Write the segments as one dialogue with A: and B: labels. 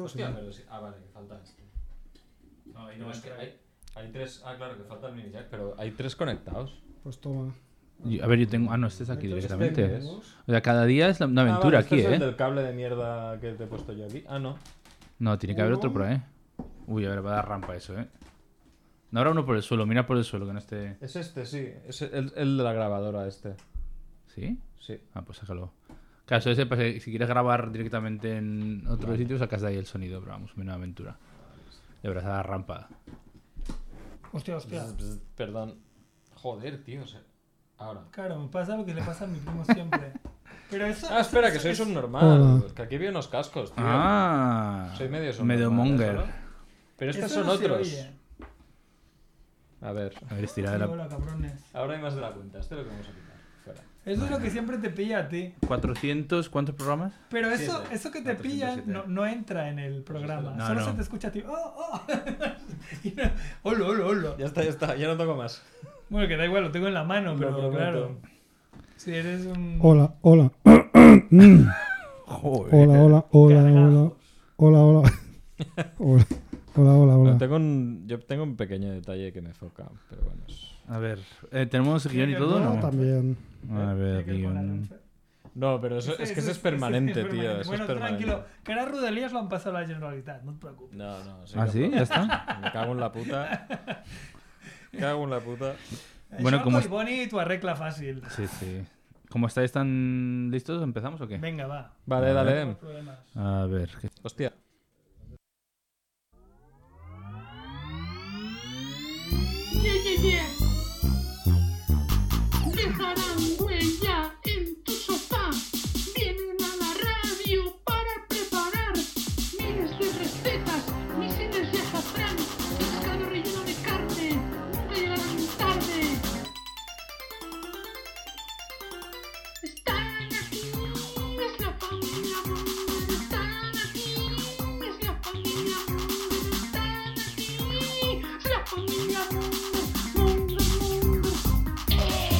A: Hostia, pero sí. Ah, vale, que falta este. No, ahí no es que hay, hay Ah, tres. Ah, claro, que falta el mini jack, pero hay tres conectados.
B: Pues toma.
C: Yo- a ver, yo tengo. Ah, no, este es aquí
A: Entonces,
C: directamente.
A: este
C: ¿eh? O sea, cada día es la- una aventura
A: ah, vale, este
C: aquí,
A: es el
C: ¿eh?
A: del cable de mierda que te he puesto yo aquí. Ah, no.
C: No, tiene que haber otro
B: Uno.
C: por ahí. Uy, a ver, va a dar rampa eso, ¿eh? No habrá uno por el suelo, mira por el suelo que no esté.
A: Es este, sí. Es el, el de la grabadora, este.
C: ¿Sí?
A: Sí.
C: Ah, pues sácalo. Caso ese, pues, eh, si quieres grabar directamente en otro sitio, sacas de ahí el sonido, pero vamos, una aventura. De verdad, la rampa.
B: Hostia, hostia.
A: Bzz, bzz, Perdón. Joder, tío. se- Ahora.
B: Claro, me pasa lo que le pasa a mi primo siempre. Pero eso.
A: Ah, espera, que soy
B: eso-
A: subnormal.
B: Hola.
A: Que aquí había unos cascos, tío.
C: Ah,
A: Soy medio subnormal.
C: medio monger.
A: ¿eso no? Pero estos
B: eso
A: son
B: no se
A: otros.
B: oye.
A: A ver.
C: A ver, estira de
B: Sí,
C: la.
B: hola, cabrones.
A: Ahora hay más de la cuenta. Este lo que vamos a quitar. Fuera.
B: Eso es lo que siempre te pilla a ti.
C: 400, ¿cuántos programas?
B: Pero eso,
A: Siete.
C: Ah,
B: eso que te
C: 407.
B: pillan no, no entra en el programa.
C: pues No,
B: Solo
C: no.
B: se te escucha a ti. ¡Oh, oh! Y no- ¡Hola, hola, hola!
A: Ya está, ya está. Ya no toco más.
B: Bueno, que da igual, lo tengo en la mano,
A: Lo
B: pero
A: prometo.
B: claro. Si eres un.
D: Hola, hola.
C: Joder.
D: Hola, hola, hola, hola.
B: Gargajo.
D: Hola, hola. Hola, hola, hola.
A: Bueno,
D: hola.
A: tengo un- yo tengo un pequeño detalle que me foca, pero bueno. es-
C: A ver, eh, ¿tenemos guión y
B: que
C: todo?
B: no,
C: No.
D: Ah, también.
C: A
B: Tiene
C: ver,
B: que ver con la
C: guión.
B: loncha.
A: No, pero eso,
B: Ese-
A: es
B: ese-
A: que eso es
B: ese
A: permanente, tío.
B: permanente.
A: Eso
B: bueno,
A: es permanente.
B: tranquilo, que ahora Rodelias lo han pasado a la Generalitat, no te preocupes.
A: No, no. soy
C: ¿Ah, sí?
A: capaz.
C: ¿Ya está?
A: Me cago en la puta. Me cago en la puta.
C: Bueno,
B: Bueno,
C: como
B: como...
C: es-
B: Boni tu arregla fácil.
C: Sí, sí. ¿Cómo estáis tan listos? ¿Empezamos o qué?
B: Venga, va.
A: Vale,
C: A ver.
A: dale.
B: No problemas.
C: A ver, ¿qué-
A: Hostia.
E: Yeah, yeah, yeah. Dejarán huella en tu sofá. Vienen a la radio para preparar miles de recetas, misiles de azafrán, pescado relleno de carne. Nunca llegarán tarde. Están aquí, es la familia Munger. Están aquí, es la familia Munger. Están aquí, es la familia Munger. Munger, Munger.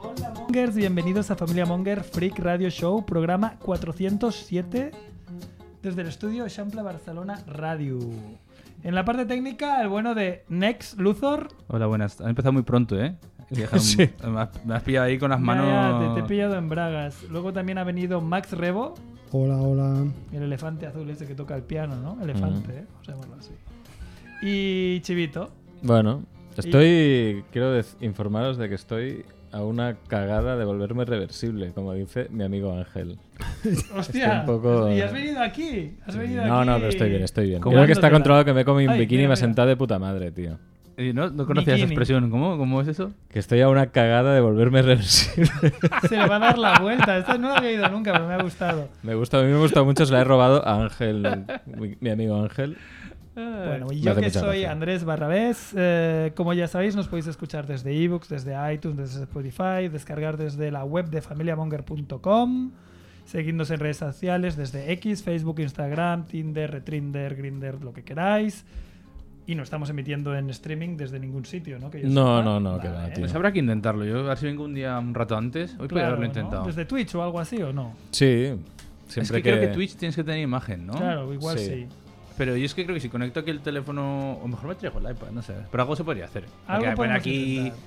B: Hola, Mongers, bienvenidos a Familia Monger Freak Radio Show, programa 407, desde el estudio Champla Barcelona Radio. En la parte técnica, el bueno de Nex Luthor.
C: Hola, buenas. Han empezado muy pronto, ¿eh? Hay que dejar un-
A: Sí.
C: me, has, me has pillado ahí con las manos.
B: Ya, ya, te, te he pillado en bragas. Luego también ha venido Max Rebo,
D: Hola, hola.
B: el elefante azul ese que toca el piano, ¿no?
A: Mm.
B: Elefante, ¿eh? Vamos a llamarlo así. Y Chivito.
A: Bueno, estoy. Quiero dec- informaros de que estoy a una cagada de volverme reversible, como dice mi amigo Ángel. Estoy
B: Hostia,
A: un poco-
B: y has venido aquí, has venido
A: no,
B: aquí.
A: no, pero estoy bien, estoy bien.
B: ¿Cómo?
A: Creo que está
B: Dándotela.
A: controlado que me come un
B: Ay,
A: bikini y
B: mira,
A: me ha
B: mira.
A: sentado de puta madre, tío.
C: Eh, ¿No, no conocía esa
B: Bikini.
C: expresión. ¿Cómo, ¿Cómo es eso?
A: Que estoy a una cagada de volverme reversible.
B: Se le va a dar la vuelta. Esta no la había ido nunca, pero me ha gustado.
A: Me gusta, a mí me gusta mucho, se la he robado a Ángel, mi, mi amigo Ángel.
B: Bueno, y
A: Me
B: yo
A: hace
B: que
A: mucha
B: soy
A: gracia.
B: Andrés Barrabés, eh, como ya sabéis, nos podéis escuchar desde ebooks, desde iTunes, desde Spotify, descargar desde la web de familiamonger.com, seguidnos en redes sociales desde X, Facebook, Instagram, Tinder, Retrinder, Grinder, lo que queráis. Y no estamos emitiendo en streaming desde ningún sitio, ¿no? Que yo
A: No,
B: sepa.
A: no, no, que va, tío.
C: Pues habrá que intentarlo. Yo, a ver si vengo un día un rato antes. Hoy podría
B: Claro,
C: haberlo
B: ¿no?
C: intentado.
B: Desde Twitch o algo así, ¿o no?
A: Sí, siempre
C: Es que, creo que Twitch tienes que tener imagen, ¿no?
B: Claro, igual
A: Sí.
B: sí.
C: Pero yo es que creo que si conecto aquí el teléfono. O mejor me traigo el iPad, no sé. Pero algo se podría hacer.
B: Algo
C: Porque, bueno,
B: podemos
C: aquí.
B: intentar.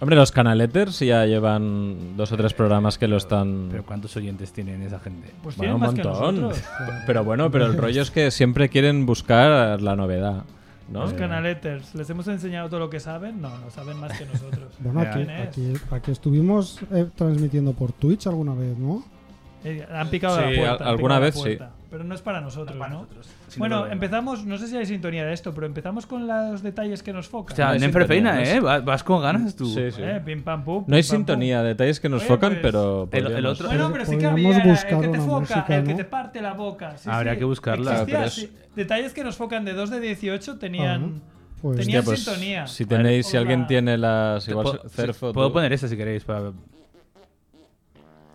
A: Hombre, los canaleters ya llevan dos o tres programas que lo están...
C: Pero ¿cuántos oyentes tienen esa gente?
B: Pues tienen
A: Bueno, un
B: más que
A: montón.
B: nosotros.
A: Pero bueno, pero el rollo es que siempre quieren buscar la novedad, ¿no?
B: Los canaleters, ¿les hemos enseñado todo lo que saben? No, no saben más que nosotros.
D: Bueno,
C: Ya.
D: aquí,
B: ¿Quién
A: ¿eh?
B: es?
D: aquí, aquí estuvimos eh, transmitiendo por Twitch alguna vez, ¿no?
B: Eh, han picado
A: Sí,
B: a la puerta.
A: al-
B: han picado
A: alguna
B: a la
A: vez sí.
B: puerta. Pero no es para nosotros, ¿no?
C: Sin
B: Bueno,
C: problema.
B: empezamos, no sé si hay sintonía de esto, pero empezamos con los detalles que nos focan.
C: O sea,
A: No hay
C: Nenfer
A: sintonía,
C: Peina,
A: no
C: ¿eh?
A: es-
C: Vas, vas con ganas tú.
A: Sí, sí.
B: Eh, pim, pam, pum,
A: No hay
B: pim, pam,
A: sintonía, detalles que nos
B: Oye,
A: focan,
B: pues,
A: pero...
C: el- el
A: podríamos-
C: otro-
B: pum. Bueno, pero sí que había
D: Podríamos
B: el
D: buscar
B: que te
D: una
B: foca,
D: música,
B: el que
D: ¿no?
B: te parte la boca. sí,
C: Habría
B: sí.
C: que buscarla.
B: Existía,
A: Claro, pero
B: sí.
A: es-
B: Detalles que nos focan de 2 de 18 tenían...
D: Pues
B: Tenía-
A: Hostia,
B: Tenían sintonía.
A: Si tenéis, si
B: Hola.
A: alguien tiene las...
C: Te
A: Igual
C: puedo-
A: Cerfo,
C: sí,
A: tú-
C: puedo poner esa si queréis. para-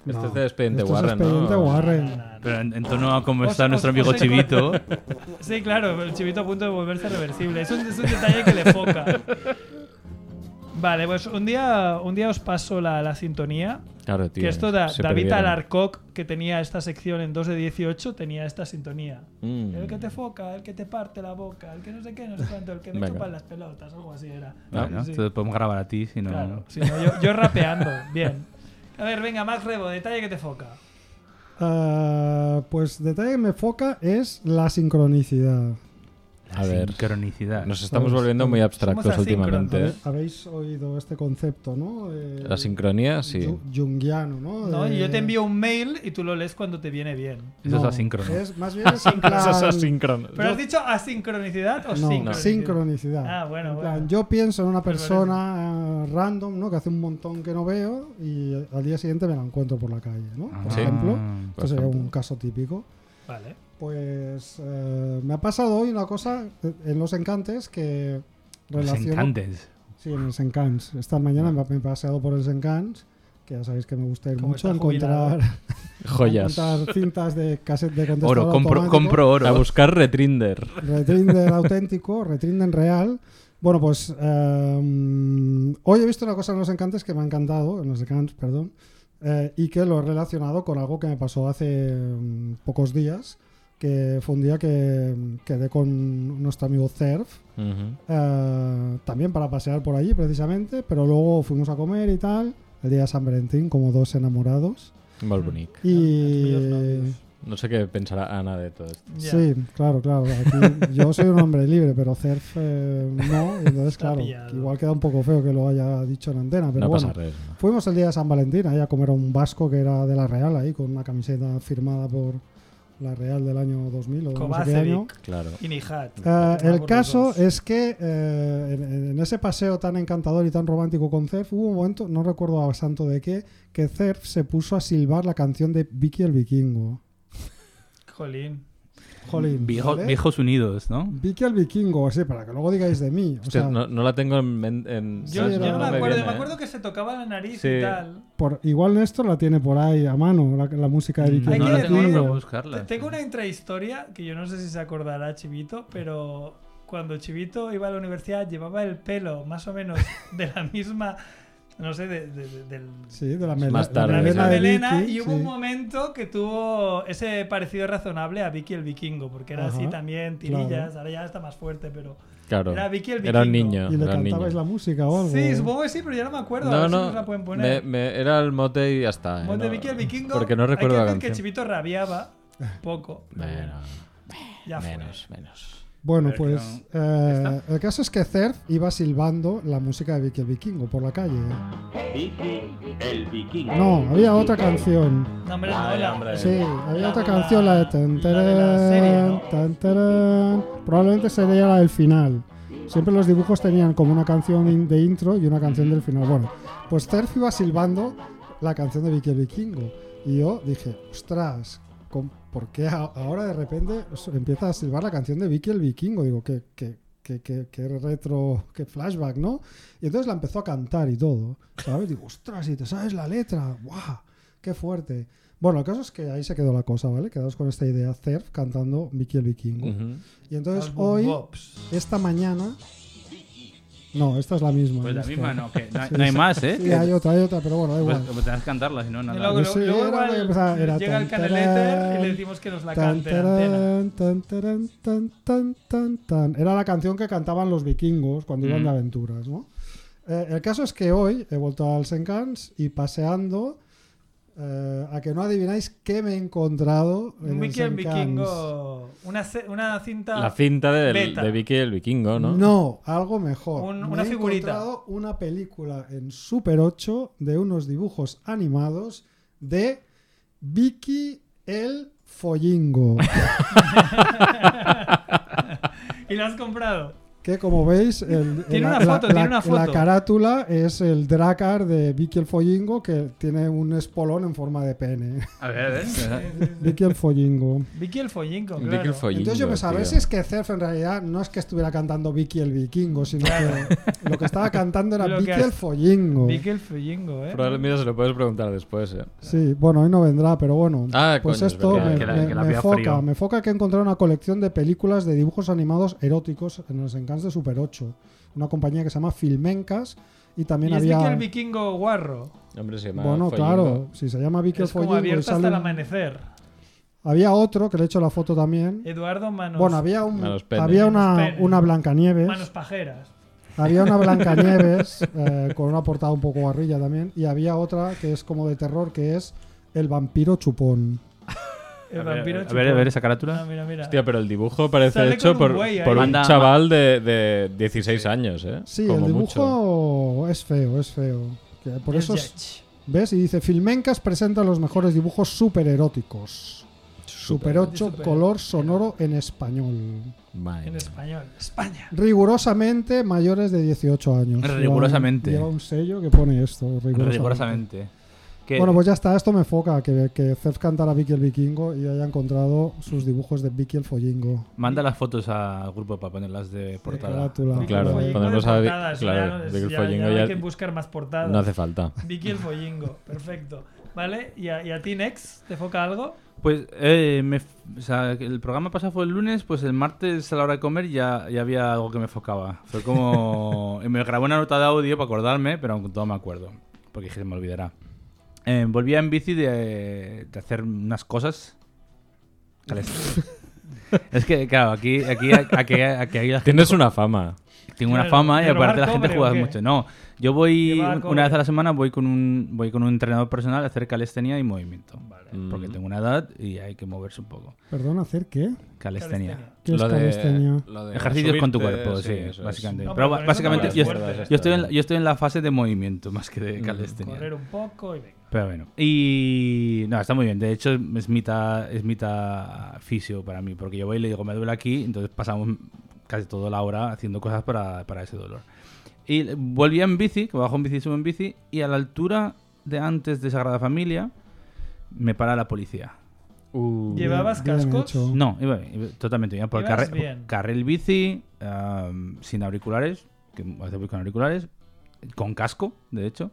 A: Este
D: No.
A: es de Expediente
D: Esto es
A: Warren, ¿no?
D: Expediente
B: Na,
D: Warren.
B: na, na.
C: Pero en, en torno a cómo
B: Os-
C: está
B: os-
C: nuestro amigo
B: os he
C: Chivito.
B: Sí, claro, el chivito a punto de volverse reversible. Es un, es un detalle que le foca. Vale, pues un día, un día os paso la, la sintonía.
A: Claro, tío.
B: que esto da,
A: se
B: David
A: perdieron.
B: Alarcoc, que tenía esta sección en 2 de 18, tenía esta sintonía.
A: Mm.
B: El que te foca, el que te parte la boca, el que no sé qué, no sé cuánto, el que me
A: Venga. Ah,
B: chupa las pelotas, algo así era.
C: Bueno,
B: Sí.
C: te lo podemos grabar a ti, si no.
B: Claro, si no, yo, yo rapeando, bien. A ver, venga, más rebo, detalle que te foca.
D: Ah, pues detalle que me foca es la sincronicidad.
A: A ver.
C: Sincronicidad.
A: Nos estamos
D: Somos-
A: volviendo muy abstractos
B: asíncronos,
A: últimamente.
B: ¿eh?
A: ¿eh?
D: Habéis oído este concepto, ¿no? Eh,
A: La sincronía, sí.
D: yu- Jungiano, ¿no?
B: ¿no?
D: De-
B: Y yo te envío un mail y tú lo lees cuando te viene bien.
C: Eso es
D: No,
C: asíncrono.
D: es- más bien es en plan-
B: ¿Pero has dicho asincronicidad o
D: No,
B: sincronicidad?
D: sincronicidad.
B: Ah, bueno,
D: En
B: bueno.
D: plan, Yo pienso en una
B: parece.
D: persona eh, random, ¿no? Que hace un montón que no veo y eh, al día siguiente me la encuentro por la calle, ¿no? Por
C: Ah,
A: Sí.
D: ejemplo.
A: por
D: Esto sería
A: ejemplo.
D: un caso típico.
B: Vale.
D: Pues eh, me ha pasado hoy una cosa eh, en los encantes que
C: los
D: relaciono
C: encantes. Ah.
D: Sí, en el Sencans. Esta mañana me he paseado por el Sencans, que ya sabéis que me gusta ir
B: Como
D: mucho a
B: está jubilado.
D: encontrar,
A: Joyas.
D: a encontrar cintas de cassette de contestador
C: Oro, compro,
D: automático,
C: compro
A: A
C: oro.
A: buscar Retrinder.
D: Retrinder auténtico, Retrinder real. Bueno, pues eh, hoy he visto una cosa en los Encantes que me ha encantado, en los Encants, perdón, eh, y que lo he relacionado con algo que me pasó hace mm, pocos días, que fue un día que mm, quedé con nuestro amigo Cerf,
A: Ujú.
D: eh, también para pasear por allí precisamente, pero luego fuimos a comer y tal, el día de San Valentín, como dos enamorados.
A: Molt bonic.
D: Y...
B: Ah, Los novios.
A: No sé qué pensará Ana de todo esto.
B: Ya,
D: Sí, claro, claro. aquí yo soy un hombre libre, pero Cerf eh, no. y entonces,
B: Está
D: claro,
B: pillado.
D: igual queda un poco feo que lo haya dicho en antena, pero
A: no
D: bueno.
A: pasa res. no.
D: Fuimos el día de San Valentín ahí a comer a un vasco que era de la Real ahí, con una camiseta firmada por la Real del año 2000 o no sé qué
B: Kovacevic.
D: año.
A: Claro.
B: Y Nihat.
D: Eh,
B: Me
D: el
B: acuerdo
D: caso
B: los dos.
D: es que eh, en, en ese paseo tan encantador y tan romántico con Cerf, hubo un momento, no recuerdo a santo de qué, que Cerf se puso a silbar la canción de Vicky el Vikingo.
B: Jolín.
D: Jolín.
C: Viejo-
D: ¿vale?
C: Viejos unidos, ¿no?
D: Vicky el Vikingo, sí, para que luego digáis de mí. O
A: Hostia,
D: sea,
A: no, no la tengo en mente.
B: Yo,
D: Sí,
B: yo
D: no,
B: no,
D: no
B: me
D: me
B: acuerdo,
A: viene,
B: me
A: ¿eh?
B: acuerdo que se tocaba la nariz y
A: Sí.
B: tal.
D: por, igual Néstor la tiene por ahí a mano, la, la música
A: Mm,
D: de Vicky
B: Hay
D: el
C: No
B: que
C: la tengo
B: decir-
C: para
D: Vikingo.
C: buscarla.
B: Te- Tengo una intrahistoria que yo no sé si se acordará Chivito, pero cuando Chivito iba a la universidad llevaba el pelo más o menos de la misma, no sé, de, de- de- del-
D: Sí, de la melena.
A: Más tarde.
B: de la misma
A: Melena de
B: melena
D: Vicky,
B: y hubo
D: sí.
B: un momento que tuvo ese parecido razonable a Vicky el vikingo, porque era así
D: Ajá,
B: también, tirillas,
D: claro.
B: ahora ya está más fuerte, pero
A: Claro.
B: era Vicky el
A: Era un
B: vikingo.
A: niño.
D: Y le
A: era un
D: cantabais
A: niño.
D: la música o algo.
B: Sí, supongo que sí, pero yo no me acuerdo, a
A: No,
B: ver si
A: no.
B: nos la pueden
A: me-
B: poner.
A: me- era el mote y ya está. ¿eh?
B: Monte
A: No-
B: Vicky el vikingo,
A: Porque no recuerdo
B: hay que
A: la
B: decir que
A: canción.
B: Chivito rabiaba poco.
A: Bueno,
B: ya fue.
A: menos, menos.
D: Bueno,
C: Pero
D: pues
C: no.
D: eh, el caso es que Cerf iba silbando la música de Vicky el Vikingo por la calle. ¿eh?
F: Vicky el vikingo.
D: No, había otra canción.
B: No, hombre, no,
A: Ay,
B: la-
A: hombre.
D: Sí, había
B: La
D: otra
B: de
D: canción, la de tan,
B: la de la
D: tarán,
B: serie, ¿no?
D: tan, tarán. Probablemente sería la del final. Siempre los dibujos tenían como una canción in- de intro y una canción del final. Bueno, pues Cerf iba silbando la canción de Vicky el Vikingo. Y yo dije, ostras, ¿con- ¿por qué a- ahora de repente os- empieza a silbar la canción de Vicky el Vikingo? Digo, qué, qué, qué, qué- qué retro, qué flashback, ¿no? Y entonces la empezó a cantar y todo. ¿Sabes? Digo, ostras, y te sabes la letra. ¡Guau! ¡Qué fuerte! Bueno, el caso es que ahí se quedó la cosa, ¿vale? Quedaos con esta idea, Cerf cantando Vicky el Vikingo.
A: Ujú.
D: Y entonces
B: Album
D: hoy,
B: Bobs.
D: esta mañana... No, esta es la misma.
C: Pues la
D: esta.
C: misma, no, que no, hay,
D: Sí,
C: no hay
D: sí.
C: más, ¿eh?
D: Sí, hay otra, hay otra, pero bueno, da
C: Pues,
D: igual.
C: pues tenés que cantarla, si no,
B: Y
C: nada.
B: Luego,
D: Yo sí,
B: luego
D: era
B: igual
D: lo que pensaba, era
B: llega el
D: tan,
B: caneleter y
D: tarán,
B: le decimos que nos la
D: Tan,
B: cante en antena.
D: tarán, tan, tarán, tan, tan, tan, tan. Era la canción que cantaban los vikingos cuando iban
C: Mm.
D: de aventuras, ¿no? Eh, el caso es que hoy he vuelto al Senkans y paseando, eh, a que no adivináis qué me he encontrado en
B: Un
D: el
B: Vicky el
D: Senkans.
B: vikingo. Una, ce- una cinta.
A: La cinta del,
B: Beta.
A: de Vicky el vikingo, ¿no?
D: algo mejor.
B: Un-
D: Me
B: una
D: he
B: figurita.
D: encontrado una película en Super 8 de unos dibujos animados de Vicky el Follingo.
B: y la has comprado.
D: Que como veis, el-
B: Tiene
D: la,
B: una foto,
D: la-
B: tiene una
D: la-
B: foto.
D: la carátula es el Dracar de Vicky el Follingo que tiene un espolón en forma de pene.
C: A ver, a ver.
D: Vicky el Follingo.
B: Vicky el follingo, claro.
A: Vicky el follingo.
D: Entonces yo pensaba, a ver
A: tío.
D: si es que Cerf en realidad no es que estuviera cantando Vicky el Vikingo, sino que lo que estaba cantando era
B: Lo que
D: Vicky
B: has-
D: el Follingo.
B: Vicky el follingo, eh.
A: Probablemente se lo puedes preguntar después, ¿eh?
D: Sí, bueno, hoy no vendrá, pero bueno.
A: Ah,
D: pues
A: coño, es
D: esto
A: verdad.
D: me,
C: Que la-
D: me-
C: que la
D: me
C: vea
D: foca.
C: frío.
D: Me foca que encontré una colección de películas de dibujos animados eróticos en los encantos de Super 8. Una compañía que se llama Filmencas y
B: Y
D: también
B: es
D: había...
B: Vicky el vikingo guarro.
A: Hombre, se llama
D: Bueno,
A: Follingo.
D: claro, si se llama Vicky el
B: es como
D: Follingo y
B: abierto hasta
D: sale
B: el
D: un-
B: amanecer.
D: Había otro que le he hecho la foto también.
B: Eduardo Manos,
D: bueno, había, un,
A: Manos Pene.
D: había
B: Manos
D: una,
B: Pene.
D: una Blancanieves.
B: Manos Pajeras.
D: Había una Blancanieves eh, con una portada un poco guarrilla también. Y había otra que es como de terror, que es El vampiro chupón.
B: El
C: a, ver,
B: vampiro
C: a ver, a ver esa
B: chupón. Ah,
C: carátula.
B: mira, mira.
A: Hostia, pero el dibujo parece
B: Sale
A: hecho
B: con un
A: por,
B: buey ahí.
A: por un
C: Manda-
A: chaval de, de 16 años, ¿eh?
D: Sí,
A: Como
D: el
A: mucho.
D: dibujo es feo, es feo. Que por
B: Es
D: eso es-
B: Yach.
D: ves y dice Filmencas presenta los mejores dibujos super eróticos. Super 8,
B: Super.
D: color sonoro en español.
A: Madre
B: En
A: mía.
B: español. España.
D: Rigurosamente mayores de 18 años. Lleva un-
C: Rigurosamente.
D: Lleva un, sello que pone esto. Rigurosamente.
C: Rigurosamente. Que-
D: Bueno, pues ya está, esto me foca, que, que Zef cantara Vicky el Vikingo y yo haya encontrado sus dibujos de Vicky el Follingo. Eh,
C: Manda las fotos al grupo para ponerlas de portada.
D: Carátula. eh,
A: Claro,
B: Vicky el
D: Vale.
A: cuando- ponemos
B: Follingo de
A: a Vi-
B: portadas,
A: claro,
B: ya,
A: Vicky el
B: ya-
A: Follingo
B: ya
A: ya-
B: hay que buscar más portadas.
A: No hace falta.
B: Vicky el Follingo. Perfecto. ¿Vale? ¿Y a, y a ti, Nex? ¿Te foca algo?
C: Pues eh, me f- o sea, que el programa pasado fue el lunes, pues el martes a la hora de comer ya, ya había algo que me enfocaba. Fue como... y me grabé una nota de audio para acordarme, pero aunque todo me acuerdo, porque dije, se me olvidará. Eh, volvía en bici de, de hacer unas cosas. Vale. es que, claro, aquí, aquí, aquí, aquí hay la gente...
A: Tienes una fama.
C: Tengo una
B: Claro,
C: fama y
B: ¿de robar
C: aparte la gente
B: cobre o
C: juega
B: qué?
C: mucho. No, yo voy
B: Llevar
C: un-
B: cobre.
C: una vez a la semana voy con un voy con un entrenador personal a hacer calistenia y movimiento,
A: Mm.
C: porque tengo una edad y hay que moverse un poco.
D: Perdón, ¿hacer qué?
C: Calistenia.
D: ¿Qué es este calistenia?
A: lo de
C: Ejercicios con tu
A: subirte,
C: cuerpo, sí,
A: eso es.
C: básicamente.
B: No,
C: pero
B: pero con eso
C: básicamente
B: no
C: yo,
B: fuerzas,
C: yo
A: esto,
C: estoy en
A: ¿no?
C: la, yo estoy en la fase de movimiento más que de
A: Mm.
C: calistenia.
B: Correr un poco y venga.
C: Pero bueno, y no, está muy bien. De hecho, es mitad, es mitad fisio para mí, porque yo voy y le digo, me duele aquí, entonces pasamos casi toda la hora haciendo cosas para, para ese dolor. Y volví en bici, que bajo en bici, subo en bici, y a la altura de antes de Sagrada Familia, me para la policía.
A: Uh,
B: ¿Llevabas
D: Bien
B: cascos?
D: hecho.
C: No, iba, iba totalmente bien, por
B: Ibas
C: carre-
B: bien.
C: carril bici, am, sin auriculares, que a veces voy con auriculares, con casco, de hecho.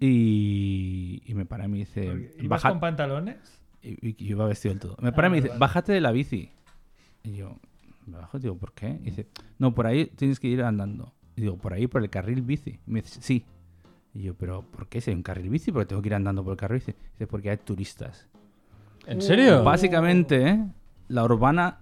C: Y, y me para y me dice...
B: ¿Ibas
C: "Baja-
B: con pantalones?
C: y, y- y iba vestido del todo. Me para y me
B: vale,
C: dice,
B: vale.
C: bájate de la bici. Y yo, me bajo, digo, ¿por qué? Y dice, no, por ahí tienes que ir andando. Y digo, por ahí, por el carril bici. Y me dice, sí. Y yo, pero ¿por qué? Si hay un carril bici, pero tengo que ir andando por el carril bici. Dice, porque hay turistas.
A: ¿En serio?
C: Básicamente, ¿eh? la urbana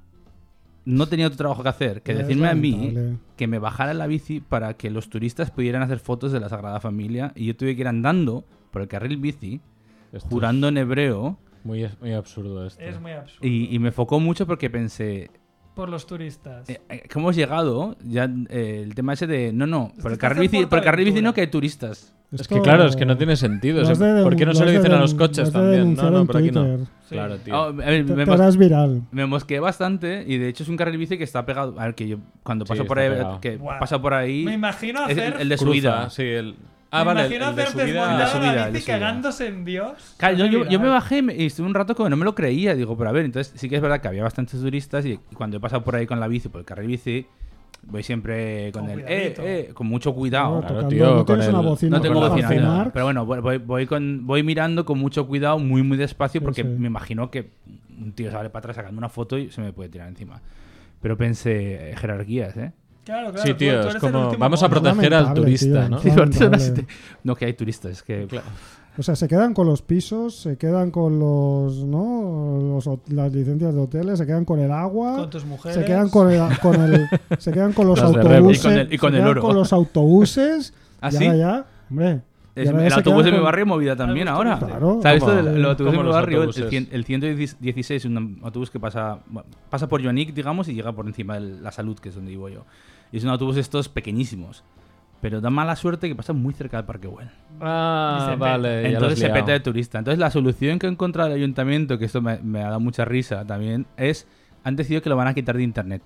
C: no tenía otro trabajo que hacer que
D: Es
C: decirme a mí
D: lamentable.
C: que me bajara la bici para que los turistas pudieran hacer fotos de la Sagrada Familia y yo tuve que ir andando por el carril bici,
A: Esto es
C: jurando en hebreo.
A: Muy, muy absurdo esto.
B: Es muy absurdo.
C: Y, y me enfocó mucho porque pensé,
B: Por los turistas.
C: eh, eh, que hemos llegado ya eh, el tema ese de, no, no,
B: que
C: por el
B: estás
C: carril
B: en
C: bici, por el carril bici
B: Portaventura.
C: no que hay turistas.
A: Es
D: Esto-
A: que claro, es que no tiene sentido.
D: Lo has
A: Se-
D: de
A: ¿Por qué no
D: denun-
A: se
D: lo
A: lo
D: has de
A: dicen a
D: den-
A: los
D: lo
A: coches
D: has de
A: también? No,
D: denunciar
A: no,
D: en
A: por aquí no.
D: Twitter.
B: Sí.
A: Claro,
C: Ah,
A: tío.
C: a ver,
D: Te,
C: me
D: te
C: mos-
D: harás viral.
C: me mosqueé bastante y de hecho es un carril bici que está pegado. A ver, que yo cuando
A: Sí,
C: paso por
A: está
C: ahí,
A: pegado.
C: que
B: Guau.
C: pasa por ahí,
B: Me imagino
C: es
B: hacer.
C: el, el de
A: Cruza,
C: subida.
A: sí, el... Ah,
B: me
A: vale, el,
B: imagino
A: el de
B: hacer
A: subida.
B: desmontada
C: El de
B: la
C: subida, el de
B: bici
C: subida.
B: cagándose en Dios.
C: Claro, yo, yo- yo me
B: Viral.
C: bajé y, me- y estuve un rato como que no me lo creía. Digo, pero a ver, entonces sí que es verdad que había bastantes turistas y, y cuando he pasado por ahí con la bici, por el carril bici, voy siempre con,
B: Con
C: el... eh,
B: cuidadito.
C: eh, con mucho cuidado.
D: No,
A: claro,
D: tocando-
A: tío,
D: no
A: con
D: tienes
A: el-
D: una bocina
C: No tengo
D: para
C: bocina,
A: bocina.
D: cenar.
C: pero bueno, voy, voy- voy con, voy mirando con mucho cuidado, muy, muy despacio,
D: Sí,
C: porque
D: sí.
C: me imagino que un tío sale para atrás sacando una foto y se me puede tirar encima. Pero pensé, eh, jerarquías, ¿eh?
B: Claro, claro.
A: Sí,
B: tú-
A: tío,
B: tú
A: es
B: eres el
A: como-
B: último
A: vamos a
B: mono.
A: proteger- al
D: Lamentable,
A: turista, ¿no?
C: Y aparte son
D: lamentable.
C: así, te- No, que hay turistas, que...
D: O sea, se quedan con los pisos, se quedan con los, ¿no? Los hot- las licencias de hoteles, se quedan con el agua.
B: Con tus mujeres.
D: Se quedan con el, con el- se quedan con los
A: Las de
D: autobuses,
A: Rebel.
C: Y con el- y con
D: se
C: el
D: quedan
C: oro.
D: con los autobuses.
C: ¿Ah,
D: y
C: sí?
D: ahora ya, hombre. y
C: Es-
D: ahora ya
C: el
D: se
C: autobús de
D: quedan
C: mi
D: con-
C: barrio movida también
B: Algunos
C: ahora.
B: turistas.
D: Claro.
C: ¿Sabes esto
A: Como-
C: del el autobús de
A: como
C: mi
A: los
C: barrio? El,
A: autobuses.
C: cien- el 116 es un autobús que pasa, bueno, pasa por Joanic, digamos, y llega por encima de la salud, que es donde vivo yo. Y es un autobús de estos pequeñísimos. Pero da mala suerte que pasa muy cerca del Parque Güell.
A: Ah,
B: Y se
A: vale. ya lo has
C: Entonces se
A: liado.
C: peta de turista. Entonces la solución que ha encontrado el ayuntamiento, que esto me, me ha dado mucha risa también, es han decidido que lo van a quitar de internet.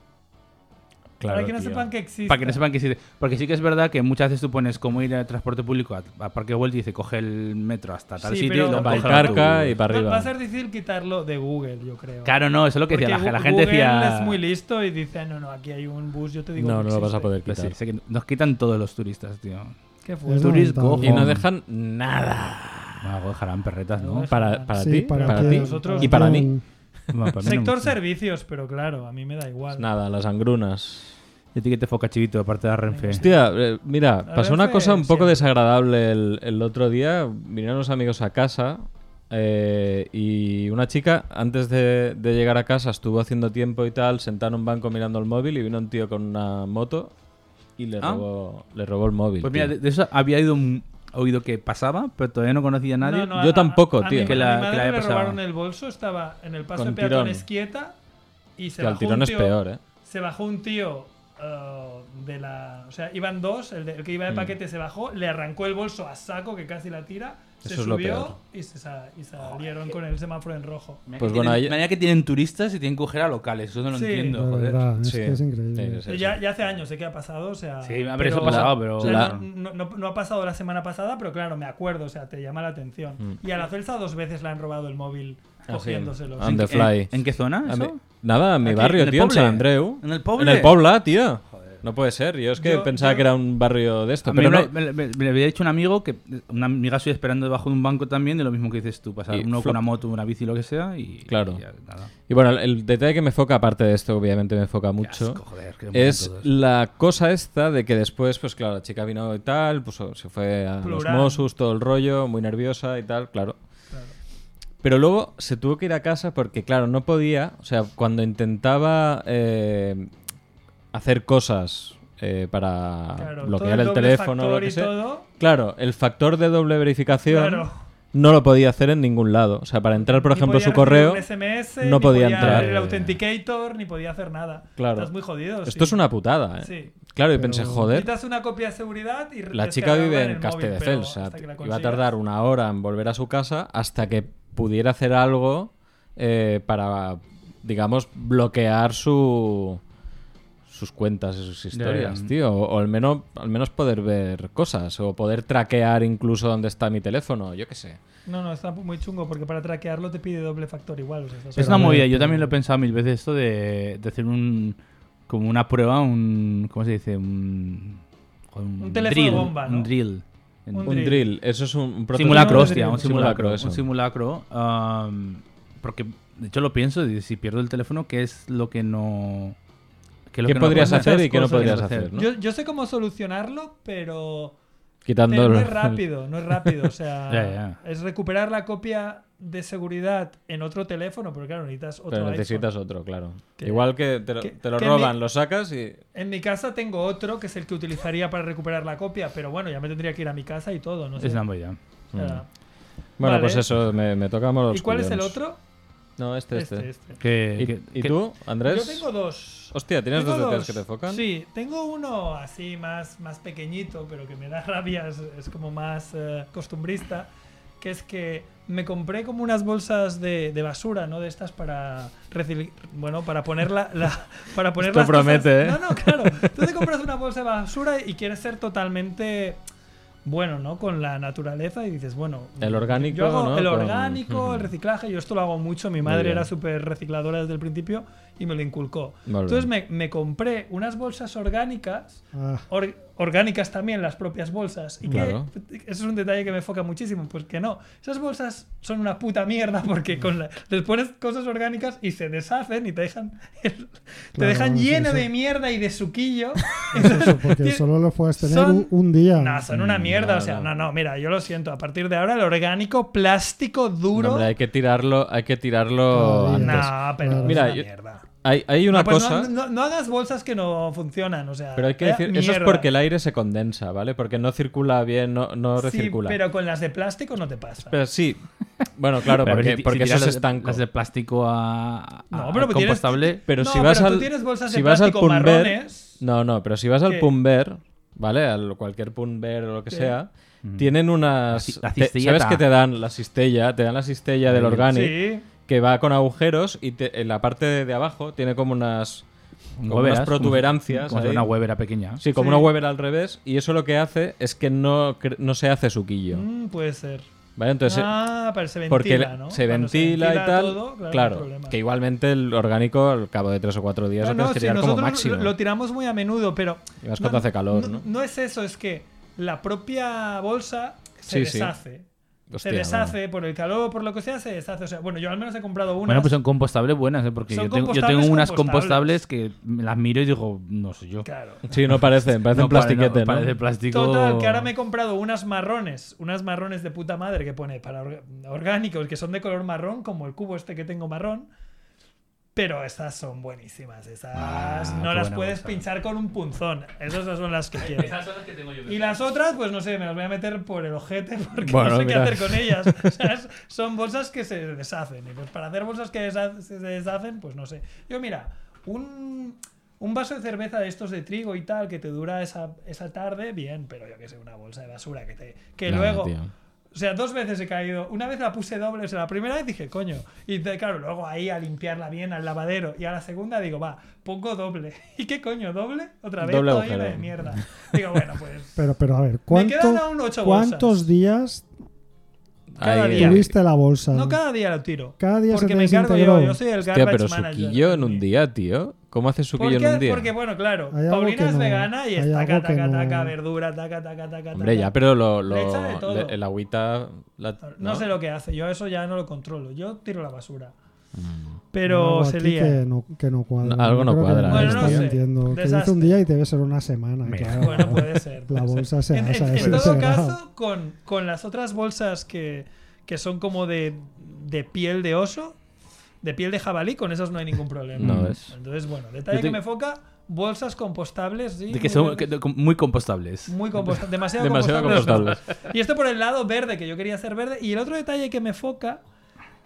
A: Claro,
B: para que no
A: tío.
B: sepan que existe.
C: Para que no sepan que existe. Porque sí que es verdad que muchas veces tú pones cómo ir al transporte público a, a Parque Güell y dice coge el metro hasta tal
B: Sí,
C: sitio
B: pero-
C: y
A: No,
C: lo
A: Para el
C: coge el
A: carca
C: autobús.
A: y para
B: Va- Va a
A: arriba.
B: ser difícil quitarlo de Google, yo creo.
C: Claro, no, eso es lo que
B: Porque
C: decía la, la
B: Gu-
C: gente.
B: Google
C: Decía,
B: es muy listo y dice, no, no, aquí hay un bus, yo te digo
A: No,
B: que
A: no lo vas a
B: existe".
A: poder
C: Pues sí,
A: quitar.
C: sé que nos quitan todos los turistas, tío.
B: Qué fuerte.
D: Es
C: Turismo.
D: lamentable.
A: Y no dejan nada.
C: Bueno, algo dejarán perretas,
B: No,
C: ¿no?
B: es-
A: Para, para
D: Sí,
A: ti,
D: para
A: para,
D: que-
A: ti
B: Nosotros
A: y para mí.
C: Bueno, para mí no
B: Sector
C: mucho.
A: Pues
B: servicios, pero claro, a mí me da igual.
A: Nada, las angrunas.
C: Y a ti que te foca chivito, aparte de la Renfe.
A: Hostia, eh, mira,
B: La
A: pasó una
B: Renfe
A: cosa un poco
B: siempre.
A: desagradable el, el otro día. Vinieron unos amigos a casa eh, y una chica, antes de, de llegar a casa, estuvo haciendo tiempo y tal, sentada en un banco mirando el móvil y vino un tío con una moto y le,
C: Ah.
A: robó, le robó el móvil.
C: Pues mira,
A: tío.
C: de, de eso había ido un- oído que pasaba, pero todavía no conocía a nadie.
B: No, no,
A: Yo
B: a-
A: tampoco,
B: a
A: tío.
B: Mi,
A: Que
C: la-
B: a mi
C: que la
B: madre
C: haya
B: le
C: pasado.
B: robaron el bolso, estaba en el paso
A: Con
B: de peatones
A: tirón.
B: quieta y se
A: Que al
B: bajó
A: tirón
B: un
A: es
B: tío,
A: peor, ¿eh?
B: Se bajó un tío eh, de la... O sea, iban dos, el, de- el que iba de
A: Mm.
B: paquete se bajó, le arrancó el bolso a saco que casi la tira, se
A: Eso es lo peor.
B: subió y, se sa- y salieron con el semáforo en rojo.
C: Mira
A: Pues
C: que
A: bueno,
C: tienen,
A: ahí-
C: manera que tienen turistas y tienen que coger a locales, eso no lo
B: Sí.
C: entiendo,
D: De
C: joder.
D: verdad, es
A: Sí.
D: que es increíble.
A: Sí, sí, sí.
B: Ya, ya hace años sé que ha pasado, o sea...
C: Sí, a ver, eso ha pasado, pero-
B: o sea,
A: La-
B: no, no- no- no ha pasado la semana pasada, pero claro, me acuerdo, o sea, te llama la atención.
A: Mm.
B: Y a la Celsa dos veces le han robado el móvil
A: Ah, sí.
B: cogiéndoselo.
A: Ah, On the
C: ¿En-
A: fly.
C: ¿En, en qué zona?
A: A
C: Ah, eso?
A: mí- nada, en mi
C: Aquí,
A: barrio,
C: en el
A: tío, en San
C: Poble.
A: Andreu.
C: ¿En el Poble?
A: En el Pobla, tío. No puede ser. Yo es que
B: Yo-
A: pensaba
B: yo-
A: que era un barrio de esto.
C: A mí
A: Pero
C: me,
A: no.
C: me- me- me había dicho un amigo que una amiga suya esperando debajo de un banco también, de lo mismo que dices tú, pasar
A: Y
C: uno con
A: flop.
C: una moto, una bici, lo que sea, y.
A: Claro.
C: y ya, nada.
A: Y bueno, el- el detalle que me foca, aparte de esto, obviamente me foca
C: Qué
A: mucho.
C: asco, joder, que
A: Es
C: todos.
A: la cosa esta de que después, pues claro, la chica vino y tal, pues o- se fue a
B: Plural.
A: los Mossos, todo el rollo, muy nerviosa y tal, claro.
B: Claro.
A: Pero luego se tuvo que ir a casa porque, claro, no podía, o sea, cuando intentaba eh, hacer cosas eh, para
B: Claro,
A: bloquear
B: todo
A: el,
B: doble
A: teléfono,
B: factor
A: lo que
B: y
A: sea,
B: todo.
A: claro, el factor de doble verificación
B: Claro.
A: no lo podía hacer en ningún lado. O sea, para entrar, por
B: Ni
A: ejemplo,
B: podía
A: su
B: recibir
A: correo,
B: un SMS,
A: no
B: ni
A: podía entrar.
B: abrir el Authenticator, ni podía hacer nada.
A: Claro.
B: Estás muy jodido.
A: esto
B: sí.
A: es una putada, ¿eh?
B: Sí.
A: Claro, y pensé,
D: Pero-
A: joder,
B: Quitas una copia de seguridad y
A: La chica
B: descargarla
A: vive en,
B: el móvil, pero
A: Castelldefels.
B: hasta que la
A: y va a
B: consigas.
A: tardar una hora en volver a su casa hasta que pudiera hacer algo eh, para, digamos, bloquear su, sus cuentas y sus historias,
C: ya.
A: tío. O, o al, menos, al menos poder ver cosas. O poder traquear incluso dónde está mi teléfono. Yo qué sé.
B: No, no, está muy chungo porque para traquearlo te pide doble factor igual. o sea, estás-
C: Es una
D: Pero,
C: movida,
D: hombre,
C: yo también lo he pensado mil veces esto de, de hacer un como una prueba, un ¿cómo se dice? Un joder,
B: Un teléfono
C: drill,
B: bomba, ¿no?
C: un drill. En-
B: Un
A: Un,
B: drill.
A: drill. Eso es un, un prototipo.
C: simulacro,
B: Un
C: hostia, un simulacro,
A: eso.
C: un simulacro, am, porque de hecho lo pienso, y si pierdo el teléfono, ¿qué es lo que no qué, es lo
A: ¿Qué
C: que no
A: podrías
C: puedo
A: hacer y qué no
C: Cosas
A: podrías hacer? ¿no?
B: Yo, yo sé cómo solucionarlo, pero,
A: Quitando
B: pero no
A: el-
B: es rápido, no es rápido. O sea,
C: Ya,
B: es recuperar la copia de seguridad en otro teléfono, porque claro, necesitas otro
A: Pero
B: iPhone.
A: necesitas otro, claro.
B: Que-
A: Igual que te lo,
B: que-
A: te lo
B: que
A: roban,
B: mi-
A: lo sacas y
B: En mi casa tengo otro que es el que utilizaría para recuperar la copia, pero bueno, ya me tendría que ir a mi casa y todo, no sé.
C: Es una movida.
B: O sea,
A: Bueno,
B: Vale.
A: pues eso, me, me toca morir
B: ¿Y
A: los
B: cuál es el
A: cullones.
B: otro?
A: No, este, este.
B: este.
C: Que-
A: ¿Y,
C: que-
A: y
C: que-
A: tú, Andrés?
B: Yo tengo dos.
A: Hostia, ¿tienes
B: Tengo
A: dos detalles que te focan?
B: Sí, tengo uno así más, más pequeñito, pero que me da rabia, es, es como más eh, costumbrista, que es que me compré como unas bolsas de, de basura, ¿no? De estas para recicl- bueno, para poner la, la- para poner
A: Esto
B: las
A: promete, ¿eh?
B: cosas- No, no, claro. Tú te compras una bolsa de basura y quieres ser totalmente bueno, ¿no? Con la naturaleza y dices, bueno,
A: El orgánico,
B: yo hago
A: ¿no?
B: el
A: Con-
B: orgánico, el reciclaje, yo esto lo hago mucho, mi madre
A: bien.
B: era súper recicladora desde el principio y me lo inculcó.
A: Muy
B: Entonces me, me compré unas bolsas orgánicas,
D: Ah,
B: or- orgánicas también las propias bolsas. Y que-
A: Claro.
B: eso es un detalle que me enfoca muchísimo, porque no, esas bolsas son una puta mierda
A: Mm.
B: porque con la- les pones cosas orgánicas y se deshacen y te dejan, te
D: Claro,
B: dejan
D: sí,
B: lleno
D: sí.
B: de mierda y de suquillo.
D: eso, porque
B: Tien-
D: solo lo puedes tener
B: son-
D: un, un día.
B: No, son
A: Mm,
B: una mierda, o sea, no, no, mira, yo lo siento, a partir de ahora el orgánico plástico duro...
A: No, hombre, hay que tirarlo, hay que tirarlo
D: Todavía.
A: antes.
B: no, pero es
A: Mira,
B: una
A: yo-
B: mierda.
A: Hay, hay una
B: No, pues
A: cosa,
B: no, no- no hagas bolsas que no funcionan, o sea.
A: pero hay que
B: vaya
A: decir, eso es
B: mierda.
A: porque el aire se condensa, ¿vale? Porque no circula bien, no, no
B: Sí,
A: recircula.
B: pero con las de plástico no te pasa.
A: Pero sí. Bueno, claro,
C: Pero a ver,
A: porque,
C: si-
A: porque
C: si
A: eso
C: tiras
A: es
C: las de-
A: estanco.
C: Las de plástico a, a-
B: No, pero
C: a
B: tienes-
C: compostable.
A: Pero
B: No,
A: si vas
B: pero tú
A: al
B: tienes bolsas de
A: si vas al
B: plástico
A: Pull&Bear-
B: marrones.
A: No, no, pero si vas al
B: ¿Qué?
A: Punver, ¿vale? Al cualquier Punver o lo que
B: Sí. Mm.
A: sea, tienen unas
C: ci- la
A: te-
C: cistelleta.
A: ¿Sabes que te dan la cistella? Te dan la cistella del
C: Sí.
A: organic
B: Sí.
A: que va con agujeros y te- en la parte de, de abajo tiene como unas como
C: Hueveras,
A: unas
C: como si-
A: protuberancias
C: Como si
A: ahí.
C: fuera una huevera pequeña.
A: Sí, como
B: Sí.
A: una Weber al revés y eso lo que hace es que no, cre- no se hace suquillo,
B: Mm, puede ser.
A: ¿vale? Entonces eh,
B: ah, pero se ventila,
A: porque
B: ¿no?
A: se
B: Cuando
A: ventila, y tal,
B: todo, claro. no hay
A: claro,
B: problema.
A: que igualmente el orgánico al cabo de tres o cuatro días
B: No,
A: lo
B: no,
A: tienes que
B: sí,
A: tirar como
B: nosotros
A: máximo.
B: lo, lo tiramos muy a menudo, pero.
A: Y más cuando hace calor, ¿no?
B: es eso, es que la propia bolsa se
A: Sí, sí.
B: deshace.
A: Hostia,
B: se
A: bueno.
B: deshace por el calor, por lo que sea, se deshace. O sea, bueno, yo al menos he comprado una.
C: Bueno, pues son compostables buenas, ¿eh? porque
B: Son
C: yo tengo, yo
B: compostables,
C: tengo unas
B: compostables.
C: compostables que me las miro y digo, no sé yo.
B: Claro.
A: Sí, no parecen, parecen
C: No, pare-
A: plastiquete, ¿no?
C: no, Parece plástico.
B: Total, que ahora me he comprado unas marrones, unas marrones de puta madre que pone para orga- orgánicos, que son de color marrón, como el cubo este que tengo marrón. Pero estas son buenísimas, esas no
C: Ah, qué
B: las
C: buena
B: puedes
C: cosa.
B: pinchar con un punzón. Esas no son las que quiero.
C: son las que tengo yo.
B: Y las otras, pues no sé, me las voy a meter por el ojete porque no
A: Bueno,
B: sé
A: mira.
B: qué hacer con ellas. O sea, es- son bolsas que se deshacen. Y pues para hacer bolsas que desha- se deshacen, pues no sé. Yo, mira, un, un vaso de cerveza de estos de trigo y tal que te dura esa, esa tarde, bien, pero yo que sé, una bolsa de basura que te. Que luego. O sea, dos veces he caído. Una vez la puse doble. O sea, la primera vez dije, coño. Y de- claro, luego ahí a limpiarla bien al lavadero. Y a la segunda digo, va, pongo doble. ¿Y qué coño? ¿Doble? Otra vez
A: Doble
B: todo lleno
A: agujero.
B: de mierda. Digo, bueno, pues.
D: Pero, pero a ver,
B: Me
D: ¿cuánto,
B: quedan aún ocho bolsas.
D: ¿cuántos días
B: Cada día.
D: tuviste la bolsa?
B: No cada día lo tiro.
D: Cada día se
B: porque
D: te
B: me encargo yo.
D: desintegró.
B: Yo soy el
A: Hostia,
B: garbage
A: pero
B: manager.
A: suquillo en un día, tío. ¿Cómo hace
B: ¿Por
A: suquillo en
B: qué?
A: un día?
B: Porque, bueno, claro,
D: Hay algo
B: Paulina
D: que
B: es
D: no-
B: vegana y es
D: hay
B: taca,
D: algo que
B: taca,
D: no-
B: taca, verdura, taca, taca, taca,
A: Hombre,
B: taca.
A: ya, pero lo, lo-
B: Le echa de todo.
A: le- el agüita... la-
B: No, sé lo que hace, yo eso ya no lo controlo. Yo tiro la basura.
D: Algo
A: Mm.
B: Pero
D: aquí
B: se lía.
D: que no, que no cuadra.
A: No, algo
D: Yo
A: no
D: creo que
A: cuadra,
B: Bueno,
D: está
B: no sé.
D: mintiendo. Que dice
B: Desastre.
D: un día y debe ser una semana.
C: Mira.
D: claro.
B: Bueno, puede ser.
D: La
B: puede ser.
D: bolsa se
B: En, en-
D: asa,
B: en
D: eso
B: todo
D: será.
B: caso, con, con las otras bolsas que, que son como de, de piel de oso, de piel de jabalí, con esas no hay ningún problema.
C: No, es-
B: Entonces, bueno, detalle
C: Yo te-
B: que me foca, bolsas compostables. y
C: De que son que- de- com- muy compostables.
B: Muy compostables. Demasiado,
A: Demasiado
B: compostables. Y esto por el lado verde, que yo quería hacer verde. Y el otro detalle que me foca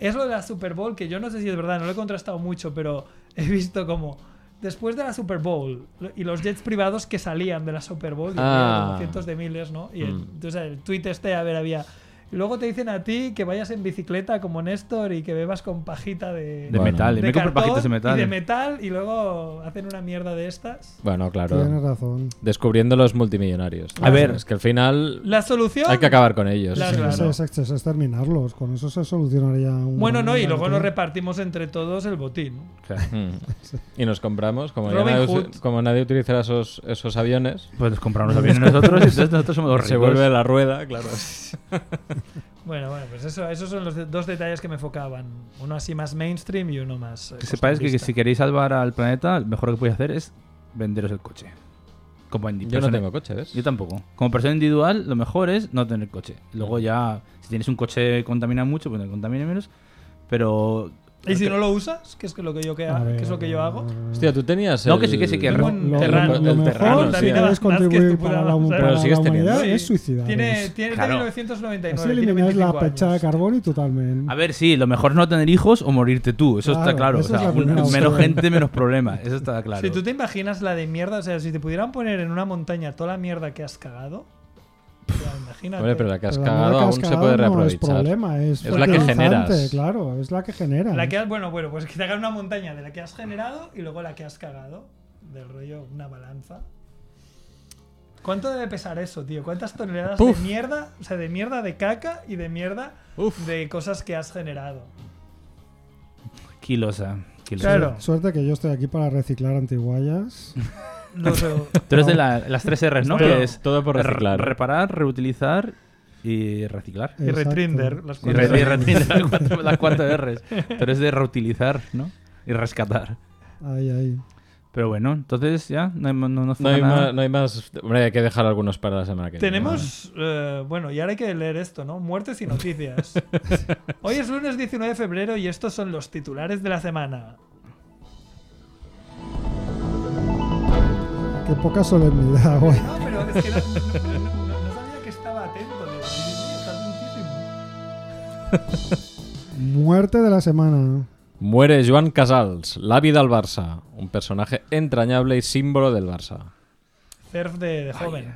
B: es lo de la Super Bowl, que yo no sé si es verdad, no lo he contrastado mucho, pero he visto como después de la Super Bowl lo- y los jets privados que salían de la Super Bowl, y había
A: Ah.
B: como cientos de miles, ¿no? Y el,
A: Mm.
B: entonces el tweet este, a ver, había... y Luego te dicen a ti que vayas en bicicleta como Néstor y que bebas con pajita de...
C: De
A: Bueno.
C: metal.
B: de
C: me compro
B: cartón
C: pajitas de metal.
B: Y de metal y luego hacen una mierda de estas.
A: Bueno,
D: Tienes
A: claro.
D: razón.
A: Descubriendo los multimillonarios.
C: A ver.
A: Es que al final
B: La solución...
A: hay que acabar con ellos.
B: La-
D: Sí,
B: claro.
D: eso, es, eso es exterminarlos. Con eso se solucionaría un.
B: Bueno, no, y luego nos
D: no
B: repartimos entre todos el botín.
C: O sea,
A: Mm. Y nos compramos, como, ya
B: Robin
A: nadie,
B: Hood.
A: usi- como nadie utilizará esos, esos aviones,
C: pues nos compramos aviones nosotros y entonces nosotros somos los ricos.
A: se vuelve la rueda, claro.
B: Bueno, bueno, pues eso, esos son los de- dos detalles que me enfocaban. Uno así más mainstream y uno más. eh,
C: Que sepáis que, que
B: costumbrista.
C: si queréis salvar al planeta, lo mejor que podéis hacer es venderos el coche. Como indi-
A: Yo no
C: persona-
A: tengo coche, ¿ves?
C: Yo tampoco. Como persona individual, lo mejor es no tener coche. Luego ya, si tienes un coche que contamina mucho, pues no contamine menos. Pero...
B: ¿Y si no lo usas? Que es que lo que yo, que ha- que es lo que yo hago.
A: Hostia, tú tenías.
C: No,
A: el-
C: que sí, que sí, que
A: el-
B: Tengo
C: Ro-
B: un
D: lo,
B: terrano.
D: lo- lo
A: el
D: mejor
A: terrano,
D: si
A: sí.
D: quieres
B: Más que
D: contribuyir
B: estupidez,
D: para la,
B: ¿sabes?
D: para
A: Pero
D: la
A: sigues teniendo.
D: humanidad
B: Sí.
D: es suicidaros.
B: Tiene, tiene
C: Claro.
D: Así
B: 1999. tiene
D: elimináis la
B: 25
D: pecha de
B: años.
D: carbón y totalmente.
C: A ver, sí, lo mejor es no tener hijos o morirte tú, eso está
D: Claro,
C: claro. O
D: esa es
C: sea,
D: la primera
C: un-
D: opción.
C: menos gente, menos problemas, eso está claro.
B: Si tú te imaginas la de mierda, o sea, si te pudieran poner en una montaña toda la mierda que has cagado, o sea, imagínate.
A: Hombre, pero la que has
D: Pero la
A: cagado
D: mierda que
A: aún
D: has
A: se
D: cagado
A: puede
D: no es
A: reaprovechar.
D: problema, es,
A: Es la que
D: fertilizante,
A: generas.
D: Claro, es la que genera.
B: La que has- bueno, bueno, pues que te hagan una montaña de la que has generado y luego la que has cagado. Del rollo, una balanza. ¿Cuánto debe pesar eso, tío? ¿Cuántas toneladas
A: Puf.
B: de mierda? O sea, de mierda de caca y de mierda
A: Uf.
B: de cosas que has generado.
C: Kilosa, kilosa.
B: Claro.
D: Suerte que yo estoy aquí para reciclar antiguayas.
B: No sé.
C: Tú eres de la- las tres R's, ¿no?
B: Todo-
C: que es
A: todo por
C: re-
A: reciclar.
C: reparar, reutilizar y reciclar.
B: Y
D: Exacto.
B: retrinder. Las
C: Y
B: cuatro.
C: re- y reutilizar las cuatro- las cuatro R's. Tú eres de reutilizar, ¿no? Y rescatar.
D: Ahí, ahí.
C: Pero bueno, entonces ya no hay, no, no
A: No hay,
C: nada.
A: más, no hay más. Hombre, hay que dejar algunos para la semana que viene.
B: Tenemos, eh, bueno, y ahora hay que leer esto, ¿no? Muertes y noticias. Hoy es lunes 19 de febrero y estos son los titulares de la semana.
D: Qué poca solemnidad, güey.
B: No, pero es que no, no- no- no sabía que estaba atento. de- está atentísimo.
D: Muerte de la semana.
A: Muere Joan Casals, la vida al Barça. Un personaje entrañable y símbolo del Barça.
B: Surf de, de joven.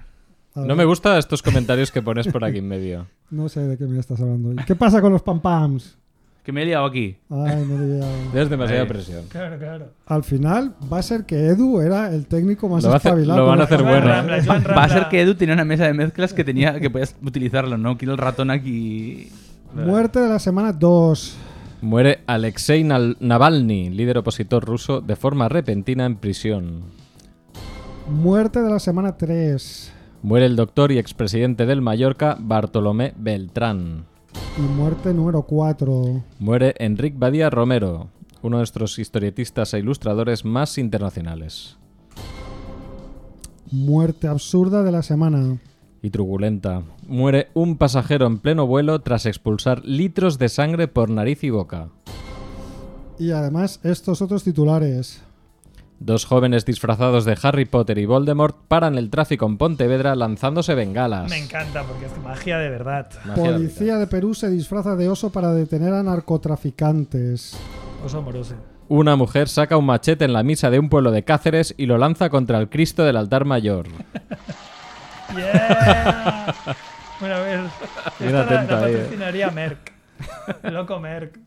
D: A
A: No
D: ver,
A: me gustan estos comentarios que pones por aquí en medio.
D: no sé de qué me estás hablando. ¿Qué pasa con los pam-pams?
C: Que me he liado aquí.
D: Ay, no diría-
A: Es demasiada
C: Ahí.
A: presión.
B: Claro, claro.
D: Al final va a ser que Edu era el técnico más
A: Lo va a hacer-
D: espabilado.
A: lo van a hacer
B: Joan
A: bueno,
B: Rambla,
A: ¿eh?
B: Joan
C: Va a ser
B: Rambla.
C: que Edu tenía una mesa de mezclas que tenía que podías utilizarlo, ¿no? Quiero el ratón aquí.
D: Muerte de la semana 2.
A: Muere Alexei Nal- Navalny, líder opositor ruso, de forma repentina en prisión.
D: Muerte de la semana 3.
A: Muere el doctor y expresidente del Mallorca, Bartolomé Beltrán.
D: Y muerte número 4.
A: Muere Enric Badía Romero, uno de nuestros historietistas e ilustradores más internacionales.
D: Muerte absurda de la semana.
A: Y truculenta. Muere un pasajero en pleno vuelo tras expulsar litros de sangre por nariz y boca.
D: Y además estos otros titulares.
A: Dos jóvenes disfrazados de Harry Potter y Voldemort paran el tráfico en Pontevedra lanzándose bengalas.
B: Me encanta porque es magia de verdad.
A: Magia de
D: Policía de Perú se disfraza de oso para detener a narcotraficantes.
B: Oso amoroso.
A: Una mujer saca un machete en la misa de un pueblo de Cáceres y lo lanza contra el Cristo del altar mayor.
B: ¡Yeah! Bueno, a ver. Esta la-
A: Mira,
B: la,
A: atento ahí, eh.
B: patrocinaría Merck. Loco Merck.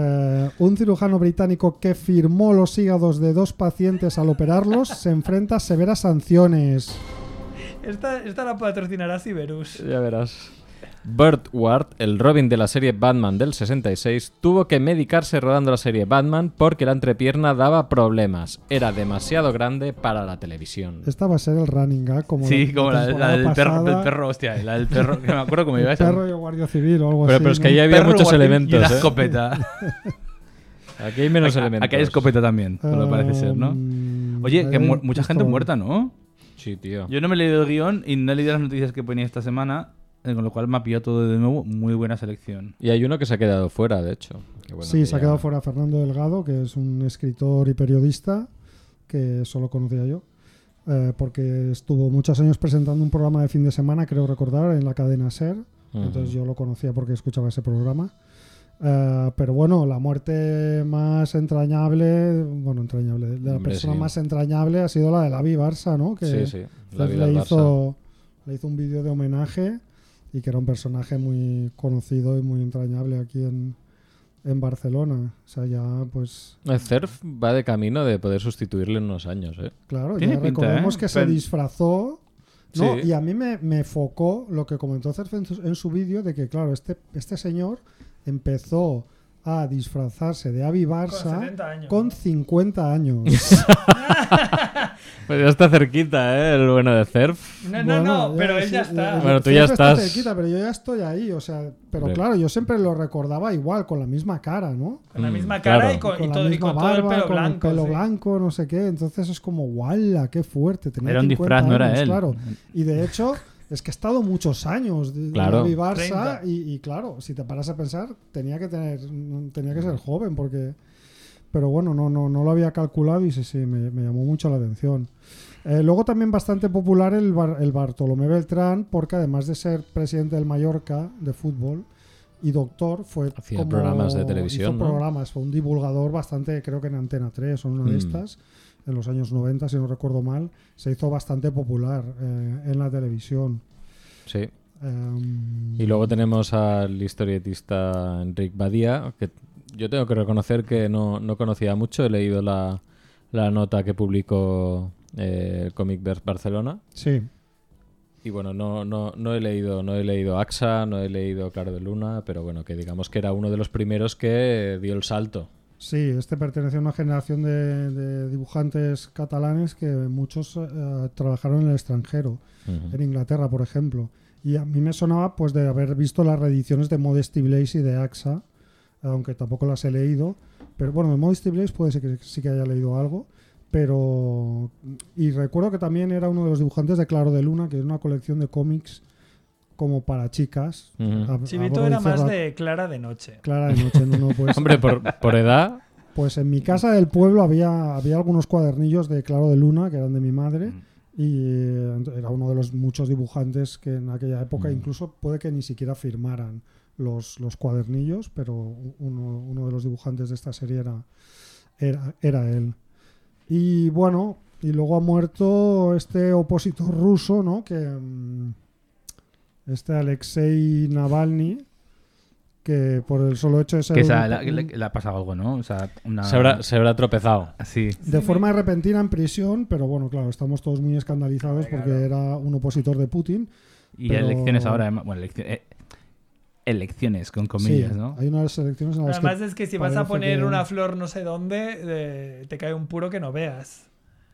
D: Eh, un cirujano británico que firmó los hígados de dos pacientes al operarlos se enfrenta a severas sanciones.
B: Esta, esta la patrocinará Siberus.
A: Ya verás. Burt Ward, el Robin de la serie Batman del 66, tuvo que medicarse rodando la serie Batman porque la entrepierna daba problemas. Era demasiado grande para la televisión.
D: Esta va a ser el running gag como
C: Sí,
D: la
C: como la,
D: temporada
C: la del perro,
D: pasada,
C: del perro, hostia, la del perro, que me acuerdo como
D: el
C: iba a
D: perro y el guardia civil o algo
A: Pero,
D: así.
A: pero es que
D: ¿no?
A: ahí había
C: Perro,
A: muchos
C: guardián Y
A: elementos.
C: la
A: ¿eh?
C: escopeta.
A: Aquí hay menos
C: Acá-
A: elementos.
C: Aquí hay escopeta también, por lo que parece ser, ¿no?
D: Um,
C: Oye, que mu-
D: eh,
C: mucha
D: esto-
C: gente muerta, ¿no?
A: Sí, tío.
C: Yo no me he leído el guión y no he leído las noticias que ponía esta semana, eh, con lo cual me ha pillado todo de nuevo. Muy buena selección.
A: Y hay uno que se ha quedado fuera, de hecho. Que bueno,
D: sí,
A: que
D: se ha
A: ya-
D: quedado fuera Fernando Delgado, que es un escritor y periodista que solo conocía yo, eh, porque estuvo muchos años presentando un programa de fin de semana, creo recordar, en la cadena SER.
A: Ujú.
D: Entonces yo lo conocía porque escuchaba ese programa. Eh, pero bueno, la muerte más entrañable, bueno, entrañable, de la
A: Hombre,
D: persona
A: sí.
D: más entrañable ha sido la de la Vi Barça, ¿no? Que
A: Sí, sí. La
D: Zez
A: vida
D: le,
A: al Barça.
D: hizo, le hizo un vídeo de homenaje y que era un personaje muy conocido y muy entrañable aquí en, en Barcelona. O sea, ya pues
A: El Cerf Eh, va de camino de poder sustituirle en unos años, ¿eh?
D: Claro,
C: Tiene
D: ya
C: pinta,
D: recordemos
C: ¿eh?
D: que se
C: Pero-
D: disfrazó. ¿no?
A: Sí.
D: Y a mí me, me focó lo que comentó Cerf en su, en su vídeo de que, claro, este, este señor empezó a disfrazarse de Avi
B: Con
D: Barça
B: 70 años,
D: con
B: ¿no?
D: 50 años.
A: Pues ya está cerquita, ¿eh? El bueno de Cerf.
B: No, no, no,
D: Bueno, ya,
B: pero él
D: sí,
B: ya está.
D: eh,
A: Bueno, tú
D: Cerf
A: ya
D: está
A: estás-
D: cerquita, pero yo ya estoy ahí, o sea, pero
A: Hombre.
D: claro, yo siempre lo recordaba igual, con la misma cara, ¿no?
B: Con la
A: Mm,
B: misma cara
A: claro.
B: y con, y
D: la
B: todo, y
D: misma
B: con todo el
D: barba,
B: pelo
D: con
B: blanco.
D: el pelo
B: sí.
D: blanco, no sé qué. Entonces es como, ¡guala! ¡Qué fuerte! Tenía
C: Era un
D: 50
C: disfraz, no era
D: años,
C: él.
D: Claro. Y de hecho, es que ha estado muchos años de, de
A: Claro.
D: Gavi
B: 30.
D: Barça y, y claro, si te paras a pensar, tenía que tener tenía que ser joven porque pero bueno, no no no lo había calculado y sí, sí, me, me llamó mucho la atención. Eh, luego también bastante popular el, Bar- el Bartolomé Beltrán, porque además de ser presidente del Mallorca de fútbol y doctor, fue
A: Hacía programas de televisión,
D: hizo
A: ¿no?
D: programas, fue un divulgador bastante, creo que en Antena 3 o en una de
A: Mm.
D: estas, en los años 90, si no recuerdo mal, se hizo bastante popular eh, en la televisión.
A: Sí.
D: Em,
A: Y luego tenemos al historietista Enric Badía, que yo tengo que reconocer que no, no conocía mucho. He leído la, la nota que publicó eh, el Comic Verse Barcelona.
D: sí,
A: Y bueno, no, no, no he leído, no he leído AXA, no he leído Claro de Luna, pero bueno, que digamos que era uno de los primeros que dio el salto.
D: sí, este pertenece a una generación de, de dibujantes catalanes que muchos eh, trabajaron en el extranjero. en Inglaterra, por ejemplo. Y a mí me sonaba pues de haber visto las reediciones de Modesty Blaze y de AXA, aunque tampoco las he leído. Pero bueno, de Modesty Blaze puede ser que sí que haya leído algo. Pero. Y recuerdo que también era uno de los dibujantes de Claro de Luna, que es una colección de cómics como para chicas.
A: Ujú.
D: A-
B: Chivito
D: abro y
B: era más
D: cerra-
B: de Clara de noche.
D: Clara de noche, no, no, pues.
A: Hombre, por, por edad,
D: Pues en mi casa del pueblo había, había algunos cuadernillos de Claro de Luna, que eran de mi madre,
C: Mm.
D: y eh, ent- era uno de los muchos dibujantes que en aquella
C: Mm.
D: época incluso puede que ni siquiera firmaran los, los cuadernillos, pero u- uno, uno de los dibujantes de esta serie era, era, era él. Y bueno, y luego ha muerto este opositor ruso, ¿no? Que mm, este Alexei Navalny, que por el solo hecho de ser
C: Que
D: un-
C: esa- la-
D: un-
C: le, le ha pasado algo, ¿no? O sea, una...
A: se
D: Ah.
A: habrá, se habrá tropezado.
C: Sí.
D: de forma repentina en prisión, pero bueno, claro, estamos todos muy escandalizados porque era un opositor de Putin.
C: Y
D: Pero-
C: elecciones ahora, además- bueno, elecciones, elecciones con comillas,
D: Sí,
C: ¿no?
D: Hay unas elecciones en las
B: Además
D: que
B: es que si vas a
D: parece
B: poner
D: que-
B: una flor no sé dónde, eh, te cae un puro que no veas.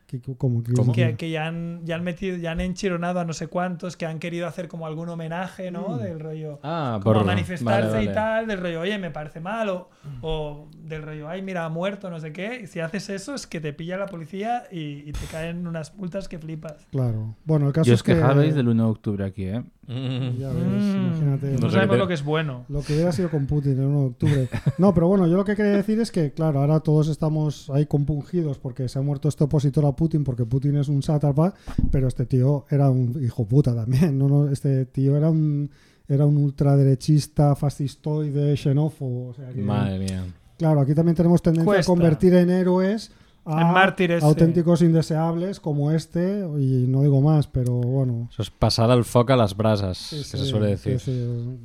D: Que- que- como que-
A: ¿Cómo?
B: Que, que ya, han, ya han metido, ya han enchironado a no sé cuántos, que han querido hacer como algún homenaje, ¿no? Del rollo.
A: Ah,
B: como
A: por
B: manifestarse
A: vale,
B: y
A: vale.
B: tal, del rollo, oye, me parece mal, o, o del rollo, ay, mira, ha muerto, no sé qué. Y si haces eso, es que te pilla la policía y, y te caen unas multas que flipas.
D: Claro. Bueno, el caso
C: Yo
D: es
C: os
D: que.
C: quejabais del 1 de octubre aquí, ¿eh?
A: Mm.
D: Ya ves,
B: Mm,
D: imagínate.
B: no
A: No
B: sabemos
A: sé qué te-
B: lo que es bueno.
D: Lo que hubiera sido con Putin el 1 de octubre. No, pero bueno, yo lo que quería decir es que, claro, ahora todos estamos ahí compungidos porque se ha muerto este opositor a Putin, porque Putin es un sátrapa, pero este tío era un hijo puta también. No, no, este tío era un era un ultraderechista, fascistoide, xenófobo. o sea que-
A: Madre mía.
D: Claro, aquí también tenemos tendencia
B: Cuesta.
D: a convertir en héroes a
B: En mártires, sí.
D: auténticos indeseables como este, y no digo más, pero bueno.
A: Eso es pasar al foco a las brasas,
D: Sí,
A: que
D: sí,
A: se suele
D: sí,
A: decir.
D: sí.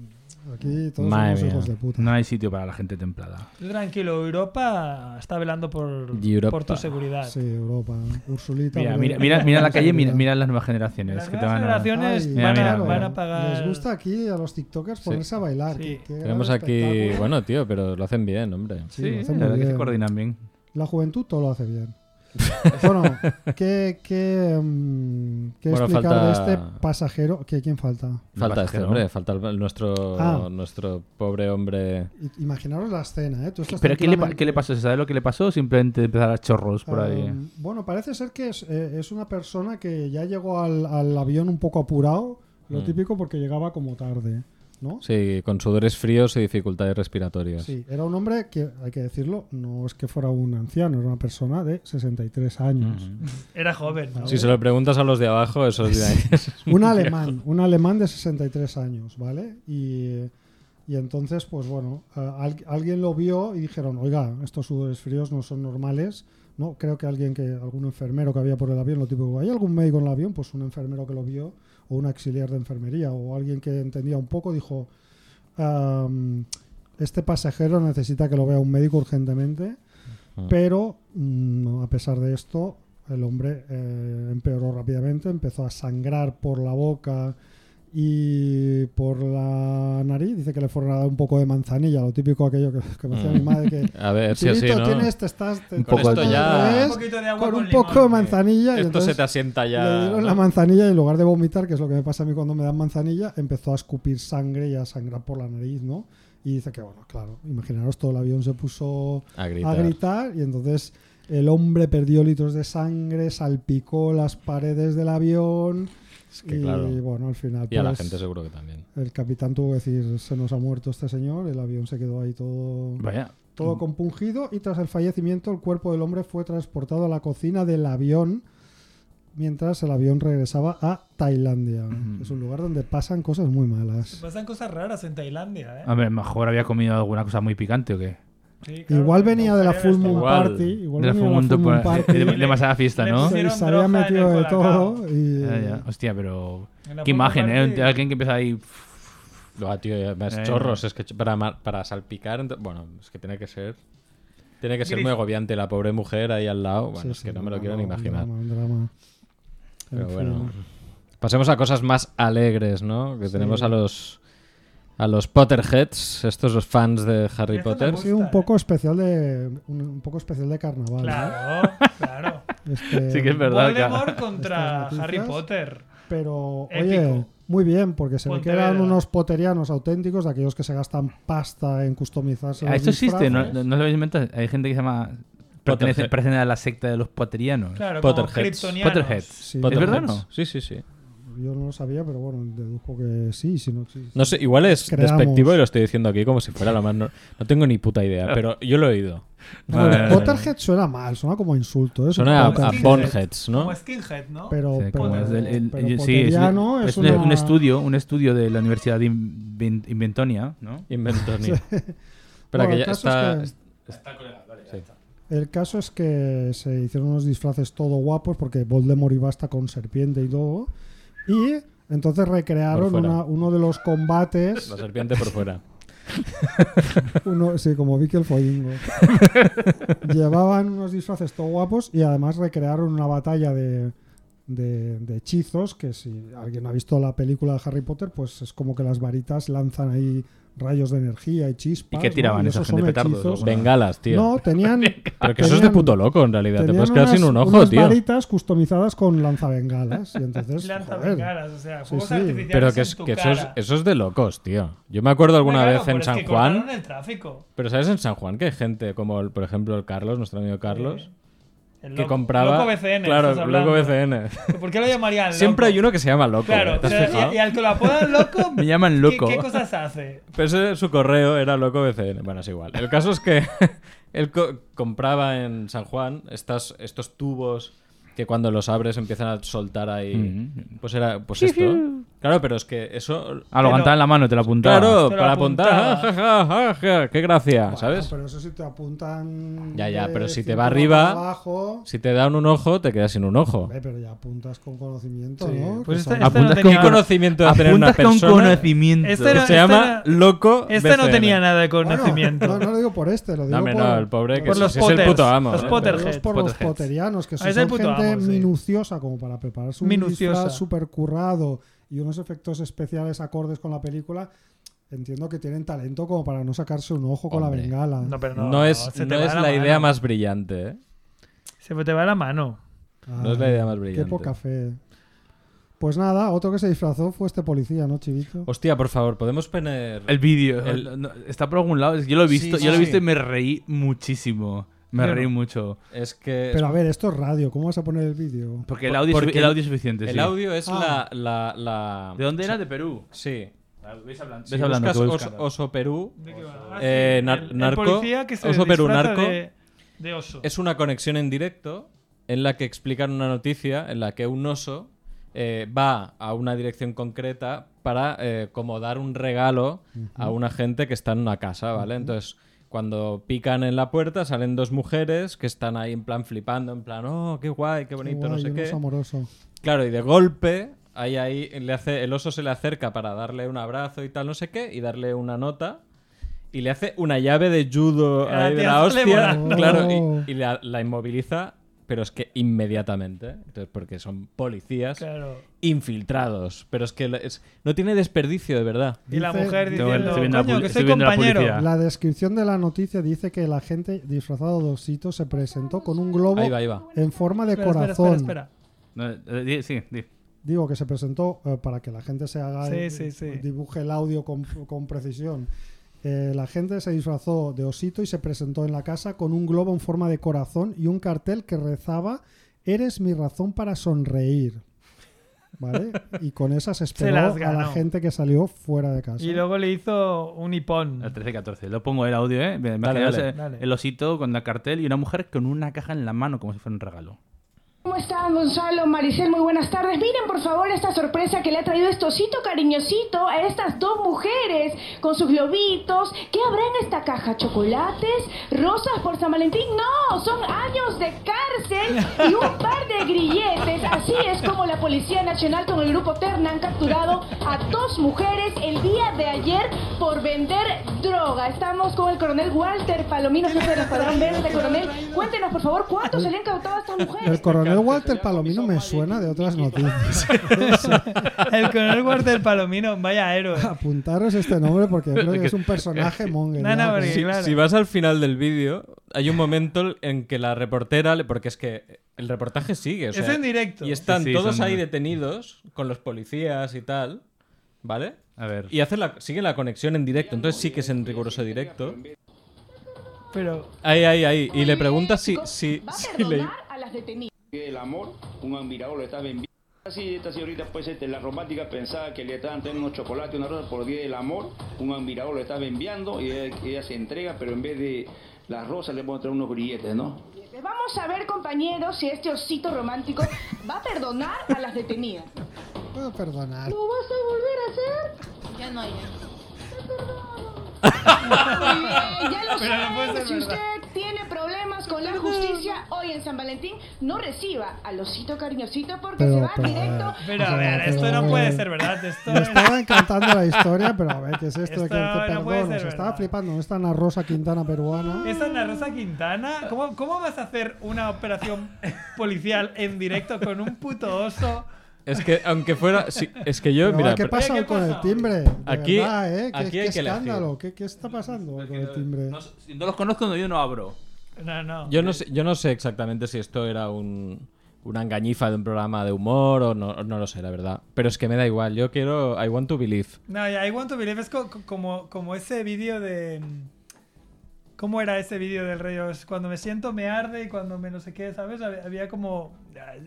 D: Aquí todos
A: Madre
D: somos hijos
A: mía.
D: de puta.
C: No hay sitio para la gente templada.
B: Tú Tranquilo, Europa está velando por,
A: Y Europa.
B: por tu seguridad.
D: Sí, Europa. Ursulita.
C: Mira,
D: pero-
C: mira, mira, mira la calle, mira,
D: Seguridad.
C: mira las nuevas generaciones.
B: Las
C: que te
B: nuevas
C: van a-
D: Ay,
B: generaciones
C: Mira,
B: van,
C: mira,
B: a,
C: mira.
B: van a pagar.
D: Les gusta aquí a los TikTokers ponerse a bailar.
B: Sí.
D: Qué- qué gran
A: Tenemos aquí,
D: espectáculo.
A: bueno, tío, pero lo hacen bien, hombre.
C: Sí,
D: Sí, lo
C: la
D: hacen muy
C: verdad que se
D: bien.
C: coordinan bien.
D: La juventud todo lo hace bien. bueno, ¿qué, qué, mm, qué
A: Bueno,
D: explicar
A: falta-
D: de este pasajero? ¿Qué, ¿Quién falta?
A: Falta
C: Lo
A: este
C: pasajero.
A: hombre, falta el- nuestro,
D: Ah.
A: nuestro pobre hombre.
D: I- Imaginaros la escena, ¿eh? Tú estás
C: ¿Pero qué le, pa-
D: tranquilamente-
C: qué le pasó? ¿Se sabe lo que le pasó? ¿O Simplemente empezar a chorros por ahí.
D: Um, bueno, parece ser que es, eh, es una persona que ya llegó al, al avión un poco apurado, lo
A: Mm.
D: típico porque llegaba como tarde, ¿no?
A: Sí, con sudores fríos y dificultades respiratorias.
D: Sí, era un hombre que, hay que decirlo, no es que fuera un anciano, era una persona de 63 años.
B: Era joven, ¿no?
A: Si se lo preguntas a los de abajo, eso es
D: Un alemán, un alemán de 63 años, ¿vale? Y, y entonces, pues bueno, a- al- alguien lo vio y dijeron, oiga, estos sudores fríos no son normales, ¿no? Creo que alguien que, algún enfermero que había por el avión, lo típico, ¿hay algún médico en el avión? Pues un enfermero que lo vio, o un auxiliar de enfermería, o alguien que entendía un poco, dijo, "Am, este pasajero necesita que lo vea un médico urgentemente,
A: Ah.
D: pero mm, a pesar de esto, el hombre eh, empeoró rápidamente, empezó a sangrar por la boca y por la nariz. Dice que le fueron a dar un poco de manzanilla, lo típico aquello que, que me hacía
A: Mm.
D: mi madre que...
A: A ver si así,
D: "Chivito,
A: ¿no?
D: tienes, te estás... te-
C: Un
D: te
C: poco
D: estás
A: esto ya-
D: al revés,
B: Un poquito de agua
D: con
B: con limón,
D: un
B: eh.
D: poco de
B: que-
D: manzanilla. y
A: Esto se
D: entonces-
A: te asienta
D: le
A: ya.
D: dieron
A: ¿no?
D: la manzanilla y en lugar de vomitar, que es lo que me pasa a mí cuando me dan manzanilla, empezó a escupir sangre y a sangrar por la nariz, ¿no? Y dice que, bueno, claro, imaginaros, todo el avión se puso
A: A
D: a
A: gritar.
D: gritar y entonces el hombre perdió litros de sangre, salpicó las paredes del avión
A: Es que
D: y,
A: claro.
D: bueno, al final
A: Y a la
D: pues,
A: gente seguro que también.
D: el capitán tuvo que decir, se nos ha muerto este señor, el avión se quedó ahí todo...
C: Vaya.
D: Todo compungido y tras el fallecimiento el cuerpo del hombre fue transportado a la cocina del avión mientras el avión regresaba a Tailandia.
C: Ujú.
D: Es un lugar donde pasan cosas muy malas.
B: Pasan cosas raras en Tailandia, ¿eh?
A: Ah.
C: A ver, mejor había comido alguna cosa muy picante o qué.
B: Sí, claro,
D: Igual
B: no este
D: venía de la
B: sabías
D: Full Moon
A: Igual.
D: Party. Igual
C: De la
D: venía
C: Full Moon
D: Full Moon
C: Topo-
D: Party.
C: de- demasiada fiesta,
B: Le
C: ¿no?
B: pusieron- Hicieron
D: se, se había
B: droga en
D: metido
B: el
D: de
B: colacao.
D: todo y
C: Ya, ya. Hostia, pero.
B: En la
C: Qué imagen,
B: puta parte-
C: ¿eh? Alguien que empieza ahí.
A: Buah, tío, ya me has
C: Eh.
A: chorros. Es que ch- para, ma- para salpicar. ento- Bueno, es que tiene que ser. Tiene que ser
B: Gris.
A: muy agobiante la pobre mujer ahí al lado. Bueno,
D: Sí,
A: es
D: sí,
A: que no me lo
D: un
A: quiero ni
D: drama,
A: imaginar.
D: Un drama, un drama. En
A: Pero
D: fin.
A: bueno. Pasemos a cosas más alegres, ¿no? Que
D: Sí.
A: tenemos a los a los Potterheads, estos los fans de Harry
B: Eso me
A: Potter.
D: Ha sido un poco especial de un, un poco especial de carnaval.
B: ¿eh? Claro, claro.
D: ¿no? Este-
C: Sí que es verdad,
B: Voldemort
D: Estas
B: contra
D: noticias.
B: Harry Potter.
D: Pero,
B: Épico.
D: oye, muy bien, porque se me
B: Pontevedra.
D: quedan unos poterianos auténticos, de aquellos que se gastan pasta en customizarse.
C: Ah,
D: los
C: Esto existe, ¿no,
D: disfraces.
C: no lo habéis inventado. Hay gente que se llama. Pertenece,
A: Potterhead.
C: pertenece a la secta de los potterianos.
B: Claro,
A: Potterheads.
B: como kryptonianos.
C: Potterheads.
D: Sí,
C: Potter-
A: Potterheads.
C: verdad o no?
A: Sí, sí, sí.
D: Yo no lo sabía, pero bueno, deduzco que sí, si no existe.
A: No sé, igual es
D: Creamos.
A: despectivo y lo estoy diciendo aquí como si fuera lo más. No, no tengo ni puta idea, pero yo lo he oído.
D: No,
C: Vale.
D: Potterhead suena mal, suena como insulto. ¿eh?
A: Suena a, a
D: Potterhead.
A: Boneheads,
D: ¿eh?
A: ¿no?
B: Como skinhead, ¿no?
D: Pero,
C: Sí,
D: pero,
C: como es del- el-
D: pero
C: el- sí, es,
D: poteriano
C: es
D: es
C: un,
D: una-
C: un estudio, un estudio de la Universidad de Invin- Inventonia, ¿no?
A: Inventorio. Espera,
D: Bueno,
A: que
D: el
A: ya
D: caso
A: está.
D: es que- el caso es que se hicieron unos disfraces todo guapos porque Voldemort iba hasta con serpiente y todo. Y entonces recrearon
A: fuera.
D: una- uno de los combates.
A: La serpiente por fuera.
D: Uno, sí, como Vicky el Foingo. Llevaban unos disfraces todo guapos y además recrearon una batalla de, de- de hechizos que si alguien ha visto la película de Harry Potter, pues es como que las varitas lanzan ahí rayos de energía y chispas.
C: ¿Y qué tiraban
D: ¿no? Y
C: esa
D: esos
C: gente?
D: son
C: ¿Petardos o
D: hechizos.
C: alguna-
A: Bengalas, tío.
D: No, tenían.
A: Pero que eso es de puto loco, en realidad. Te puedes quedar sin un ojo,
D: unas
A: tío.
D: varitas customizadas con lanzabengalas. Y entonces.
B: Lanza
D: joder,
B: bengalas, o sea,
D: Sí,
B: fuegos
D: sí.
B: artificiales.
A: Pero que,
B: en
A: es,
B: tu
A: que eso,
B: cara.
A: es, eso es de locos, tío. Yo me acuerdo alguna
B: Claro,
A: vez
B: pero
A: en
B: es
A: San
B: que
A: Juan.
B: cortaron el tráfico.
A: Pero ¿sabes en San Juan que hay gente como, el- por ejemplo, el Carlos, nuestro amigo Carlos,
B: El
A: que
B: loco-
A: compraba...
B: Loco BCN.
A: Claro,
B: estás
A: loco
B: hablando.
A: BCN.
B: ¿Por qué lo llamarían loco?
A: Siempre hay uno que se llama loco.
B: Claro,
A: ¿te has
B: o sea,
A: fijado?
B: y, y al que lo apodan loco.
C: Me llaman
B: ¿qué-
C: loco.
B: ¿Qué, cosas hace?
A: Pero ese- su correo era loco BCN. Bueno, es igual. El caso es que él co- compraba en San Juan estas, estos tubos que cuando los abres empiezan a soltar ahí.
C: Mm.
A: Pues era, pues esto. Claro, pero es que eso.
C: Ah, lo
B: Pero-
C: aguantaba en la mano, te la apuntaba.
A: Claro,
B: Te lo
A: para apuntar.
B: apuntaba.
A: ah, ja, ja, ja, ja, qué gracia,
D: bueno,
A: ¿sabes?
D: Pero eso sí te apuntan.
A: Ya, ya,
D: de
A: pero si te
D: cinco
A: va arriba-
D: para Abajo.
A: Si te dan un ojo, te quedas sin un ojo.
D: Hombre, pero ya apuntas con conocimiento,
B: Sí,
D: ¿no?
B: pues
D: Que
B: esta-
D: son-
B: esta-
C: Apuntas
B: no
C: con
A: ¿Qué
B: tenía-
A: conocimiento de tener una
C: Apuntas con
A: persona? Que
C: conocimiento.
B: Este no-
A: se llama
B: era-
A: loco.
B: Este no
A: BCN.
B: tenía nada de
D: Bueno,
B: conocimiento.
D: no, no lo digo por este, lo digo
A: No, hombre,
D: por,
A: no, el pobre que
B: por
A: es,
B: los
A: es el
B: potters,
A: puto amo.
B: los
A: ¿eh?
D: Pero
B: Potterhead.
D: es por los
C: Potterheads.
D: poterianos, que
B: Ah,
D: sí
B: es el
D: son
B: puto
D: gente
B: amo, sí.
D: minuciosa como para prepararse un
B: Minuciosa.
D: disfraz súper currado y unos efectos especiales acordes con la película. Entiendo que tienen talento como para no sacarse un ojo con
A: Hombre.
D: la bengala.
B: No, pero
A: No,
B: no,
A: es,
B: se te
A: no
B: va
A: es
B: la
A: la
B: mano.
A: idea más brillante, ¿eh?
B: Se te va la mano.
D: Ah,
A: No es la idea más brillante.
D: Qué poca fe. Pues nada, otro que se disfrazó fue este policía, ¿no, Chivito?
A: Hostia, por favor, podemos poner.
C: El vídeo.
A: El-
C: el- no, Está por algún lado. es que Yo lo he
A: Sí,
C: visto,
A: sí,
C: yo lo he
A: sí.
C: visto y me reí muchísimo. Me
B: Yo
C: reí
B: no.
C: mucho.
A: Es que.
D: Pero a ver, esto es radio, ¿cómo vas a poner el vídeo?
C: Porque el
A: Por-
C: audio, es-
A: porque
C: el
A: el-
C: audio es suficiente.
A: el
C: sí.
A: audio es
D: Ah.
A: la, la, la-
C: ¿De dónde era? De Perú.
A: Sí.
C: Ves hablando.
A: Si buscas os- Oso Perú, Eh,
B: El-
A: nar-
B: Ah, el
A: narco,
B: policía que se
A: oso
B: disfraza
A: perunarco.
B: De, de oso.
A: es una conexión en directo en la que explican una noticia en la que un oso eh, va a una dirección concreta para eh, como dar un regalo a una gente que está en una casa, ¿vale? Entonces, cuando pican en la puerta salen dos mujeres que están ahí en plan flipando, en plan, oh, qué guay, qué bonito, no
D: Guay,
A: sé
D: uno es
A: qué.
D: amoroso.
A: Claro, y de golpe, ahí, ahí le hace, el oso se le acerca para darle un abrazo y tal, no sé qué, y darle una nota. Y le hace una llave de judo
B: A la
A: ahí de
B: tía
A: la
B: sale
A: hostia.
D: volando.
A: Claro, y, y la, la inmoviliza, pero es que inmediatamente. Entonces, porque son policías
B: Claro.
A: infiltrados. Pero es que la- es- no tiene desperdicio, de verdad.
B: Y la
D: Dice-
B: mujer
C: Estoy
B: diciendo,
C: viendo la
B: coño,
C: poli-
B: que
C: estoy
B: soy
C: viendo la
B: compañero.
A: Ah.
C: policía.
D: La descripción de la noticia dice que la gente disfrazado de osito se presentó con un globo
A: Ahí va, ahí va.
D: en forma de
B: Espera, espera,
D: corazón.
B: espera, espera.
C: sí, eh, di.
D: Digo que se presentó eh, para que la gente se haga
B: Sí,
D: el-
B: sí, sí.
D: dibuje el audio con, con precisión. Eh, la gente se disfrazó de osito y se presentó en la casa con un globo en forma de corazón y un cartel que rezaba Eres mi razón para sonreír. ¿Vale? Y con esas esperó
B: las
D: a la
B: ganó.
D: gente que salió fuera de casa.
B: Y luego le hizo un hipón.
C: El 13-14. Lo pongo el audio, ¿eh? Bien,
A: Dale,
C: imaginaos,
A: dale.
C: eh,
B: Dale.
C: El osito con la cartel y una mujer con una caja en la mano como si fuera un regalo.
G: ¿Cómo están, Gonzalo? Maricel, muy buenas tardes. Miren, por favor, esta sorpresa que le ha traído estocito cariñosito a estas dos mujeres con sus globitos. ¿Qué habrá en esta caja? ¿Chocolates? ¿Rosas por San Valentín? No, son años de cárcel y un par de grilletes. Así es como la Policía Nacional con el Grupo Terna han capturado a dos mujeres el día de ayer por vender droga. Estamos con el coronel Walter Palomino, jefe del Escuadrón Verde. Coronel, cuéntenos, por favor, ¿cuánto se le han cautado a estas mujeres?
D: El coronel Walter Palomino me suena de otras noticias.
B: El coronel guarda el palomino, vaya héroe.
D: Apuntaros este nombre porque creo que es un personaje monger.
B: No, no,
D: ya,
B: porque-
D: pero-
A: Si,
B: claro.
A: si vas al final del vídeo, hay un momento en que la reportera, le- porque es que el reportaje sigue. o
B: Es
A: sea,
B: en directo.
A: Y este- están
C: Sí, sí,
A: todos
C: son-
A: ahí detenidos con los policías y tal, ¿vale?
C: A ver.
A: Y hace la, sigue la conexión en directo, entonces sí que es en riguroso directo.
B: Pero
A: Ahí, ahí, ahí. Y le pregunta si, si,
G: va a
A: si
G: perdonar
A: le-
G: a las detenidas.
F: El amor, un admirador lo estaba enviando. Así esta señorita, pues este, la romántica pensaba que le estaban dando unos chocolates, una rosa por día del amor, un admirador lo estaba enviando y ella, ella se entrega, pero en vez de las rosas le ponen unos grilletes, ¿no?
G: Vamos a ver, compañeros, si este osito romántico va a perdonar a las detenidas.
D: Puedo perdonar.
G: ¿Lo vas a volver a hacer? Ya no, ya. Muy bien, ya lo
B: Pero no puede
G: sabe,
B: ser
G: si
B: verdad.
G: usted tiene problemas con la justicia hoy en San Valentín, no reciba al osito cariñosito porque
D: Pero,
G: se va
D: pero,
G: directo.
B: Pero
D: O sea,
B: a ver,
D: pero,
B: esto
D: a
B: no
D: ver.
B: puede ser verdad. Esto
D: Me
B: es...
D: estaba encantando la historia, pero a ver, ¿qué es esto, de
B: Esto
D: que dice
B: no puede
D: perdón?
B: ser
D: Se estaba
B: verdad.
D: flipando. ¿Dónde está Ana Rosa Quintana peruana?
B: Esa Ana Rosa Quintana, ¿cómo, cómo vas a hacer una operación policial en directo con un puto oso?
A: Es que aunque fuera... sí, es que yo,
D: Pero,
A: mira...
D: ¿Qué
A: pre-
D: pasa
B: ¿qué
D: con
B: pasa?
D: el timbre? De
A: Aquí-
D: verdad, ¿eh? ¿Qué,
A: aquí
D: qué
A: hay que
D: escándalo?
A: elegir.
D: ¿Qué, ¿Qué está pasando con el timbre?
C: No, si no los conozco, no, yo no abro.
B: No, no.
A: Yo no, sé, yo no sé exactamente si esto era un, una engañifa de un programa de humor o no, no lo sé, la verdad. Pero es que me da igual. Yo quiero I Want to Believe.
B: No, ya, I Want to Believe es co- co- como, como ese vídeo de. mm, ¿Cómo era ese vídeo del rey? Es cuando me siento me arde y cuando me no sé qué, ¿sabes? Hab- Había como.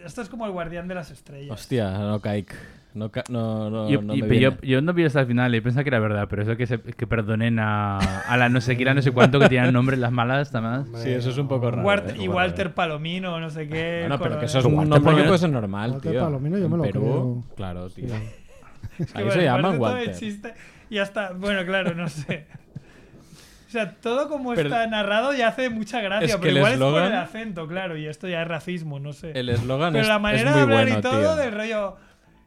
B: Esto es como el guardián de las estrellas.
A: Hostia, no caic. No, ca- no, no,
C: Yo,
A: no
C: y-
A: me
C: pero yo-
A: viene.
C: yo no vi hasta el final y pensaba que era verdad, pero eso que, se- que perdonen a, a la no sé qué, la no sé cuánto que tienen nombres las malas, también.
A: Sí, eso es un poco raro.
B: Wart-
A: ¿eh?
B: y Walter Palomino, no sé qué.
A: Bueno, pero que eso es
B: coronel.
A: un
C: Walter
A: nombre que
C: Palomino-
A: puede ser normal,
D: Walter
A: tío.
D: Palomino yo
A: En
D: me lo
A: Perú, claro, tío.
B: Que
A: Ahí
B: me
A: se
B: parece
A: llaman
B: todo
A: Walter.
B: el chiste. Y hasta. Bueno, claro, no sé. O sea, todo como
A: Pero-
B: está narrado ya hace mucha gracia,
A: Es que
B: pero
A: el
B: igual es por el
A: eslogan-
B: acento, claro, y esto ya es racismo, no sé.
A: El eslogan
B: Pero
A: es,
B: la
A: es
B: manera de
A: muy
B: hablar
A: bueno,
B: y todo
A: tío.
B: del rollo.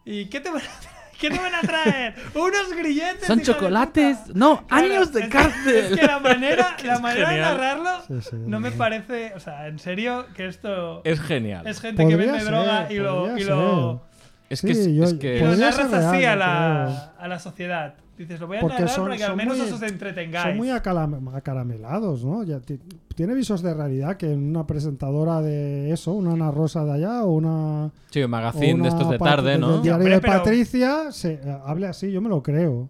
B: ¿Y qué te van a traer? ¿Qué te van a traer? ¡Unos grilletes!
C: Son
B: hijo de
C: chocolates.
B: puta!
C: No,
B: Claro,
C: años de
B: es que-
C: cárcel.
B: Es que la manera, la manera de
C: genial.
B: narrarlo
D: Sí, sí,
B: no me
D: sí.
B: parece. O sea, en serio, que esto.
A: Es genial.
B: Es
A: Es,
B: gente que
D: Podría
B: vende
D: ser,
B: droga y lo,
D: podría
B: y lo,
A: que, es-
D: Sí, yo-
A: es
B: y
C: Eh,
A: que-
B: lo
D: Podría
B: narras
D: ser
B: así
D: real,
B: a, la,
D: yo
B: a la sociedad. Dices, lo voy a
D: Porque
B: narrar
D: son-
B: para que al
D: son
B: menos
D: muy-
B: os entretengáis.
D: Son muy acala- acaramelados, ¿no? Ya ti- tiene visos de realidad que una presentadora de eso, una Ana Rosa de allá o una...
A: Sí, un
D: o
A: magazine de
D: una
A: estos de
D: parte
A: tarde,
D: del
A: ¿no?
D: diario
B: Hombre,
D: de
B: pero-
D: Patricia se eh, hable así, yo me lo creo.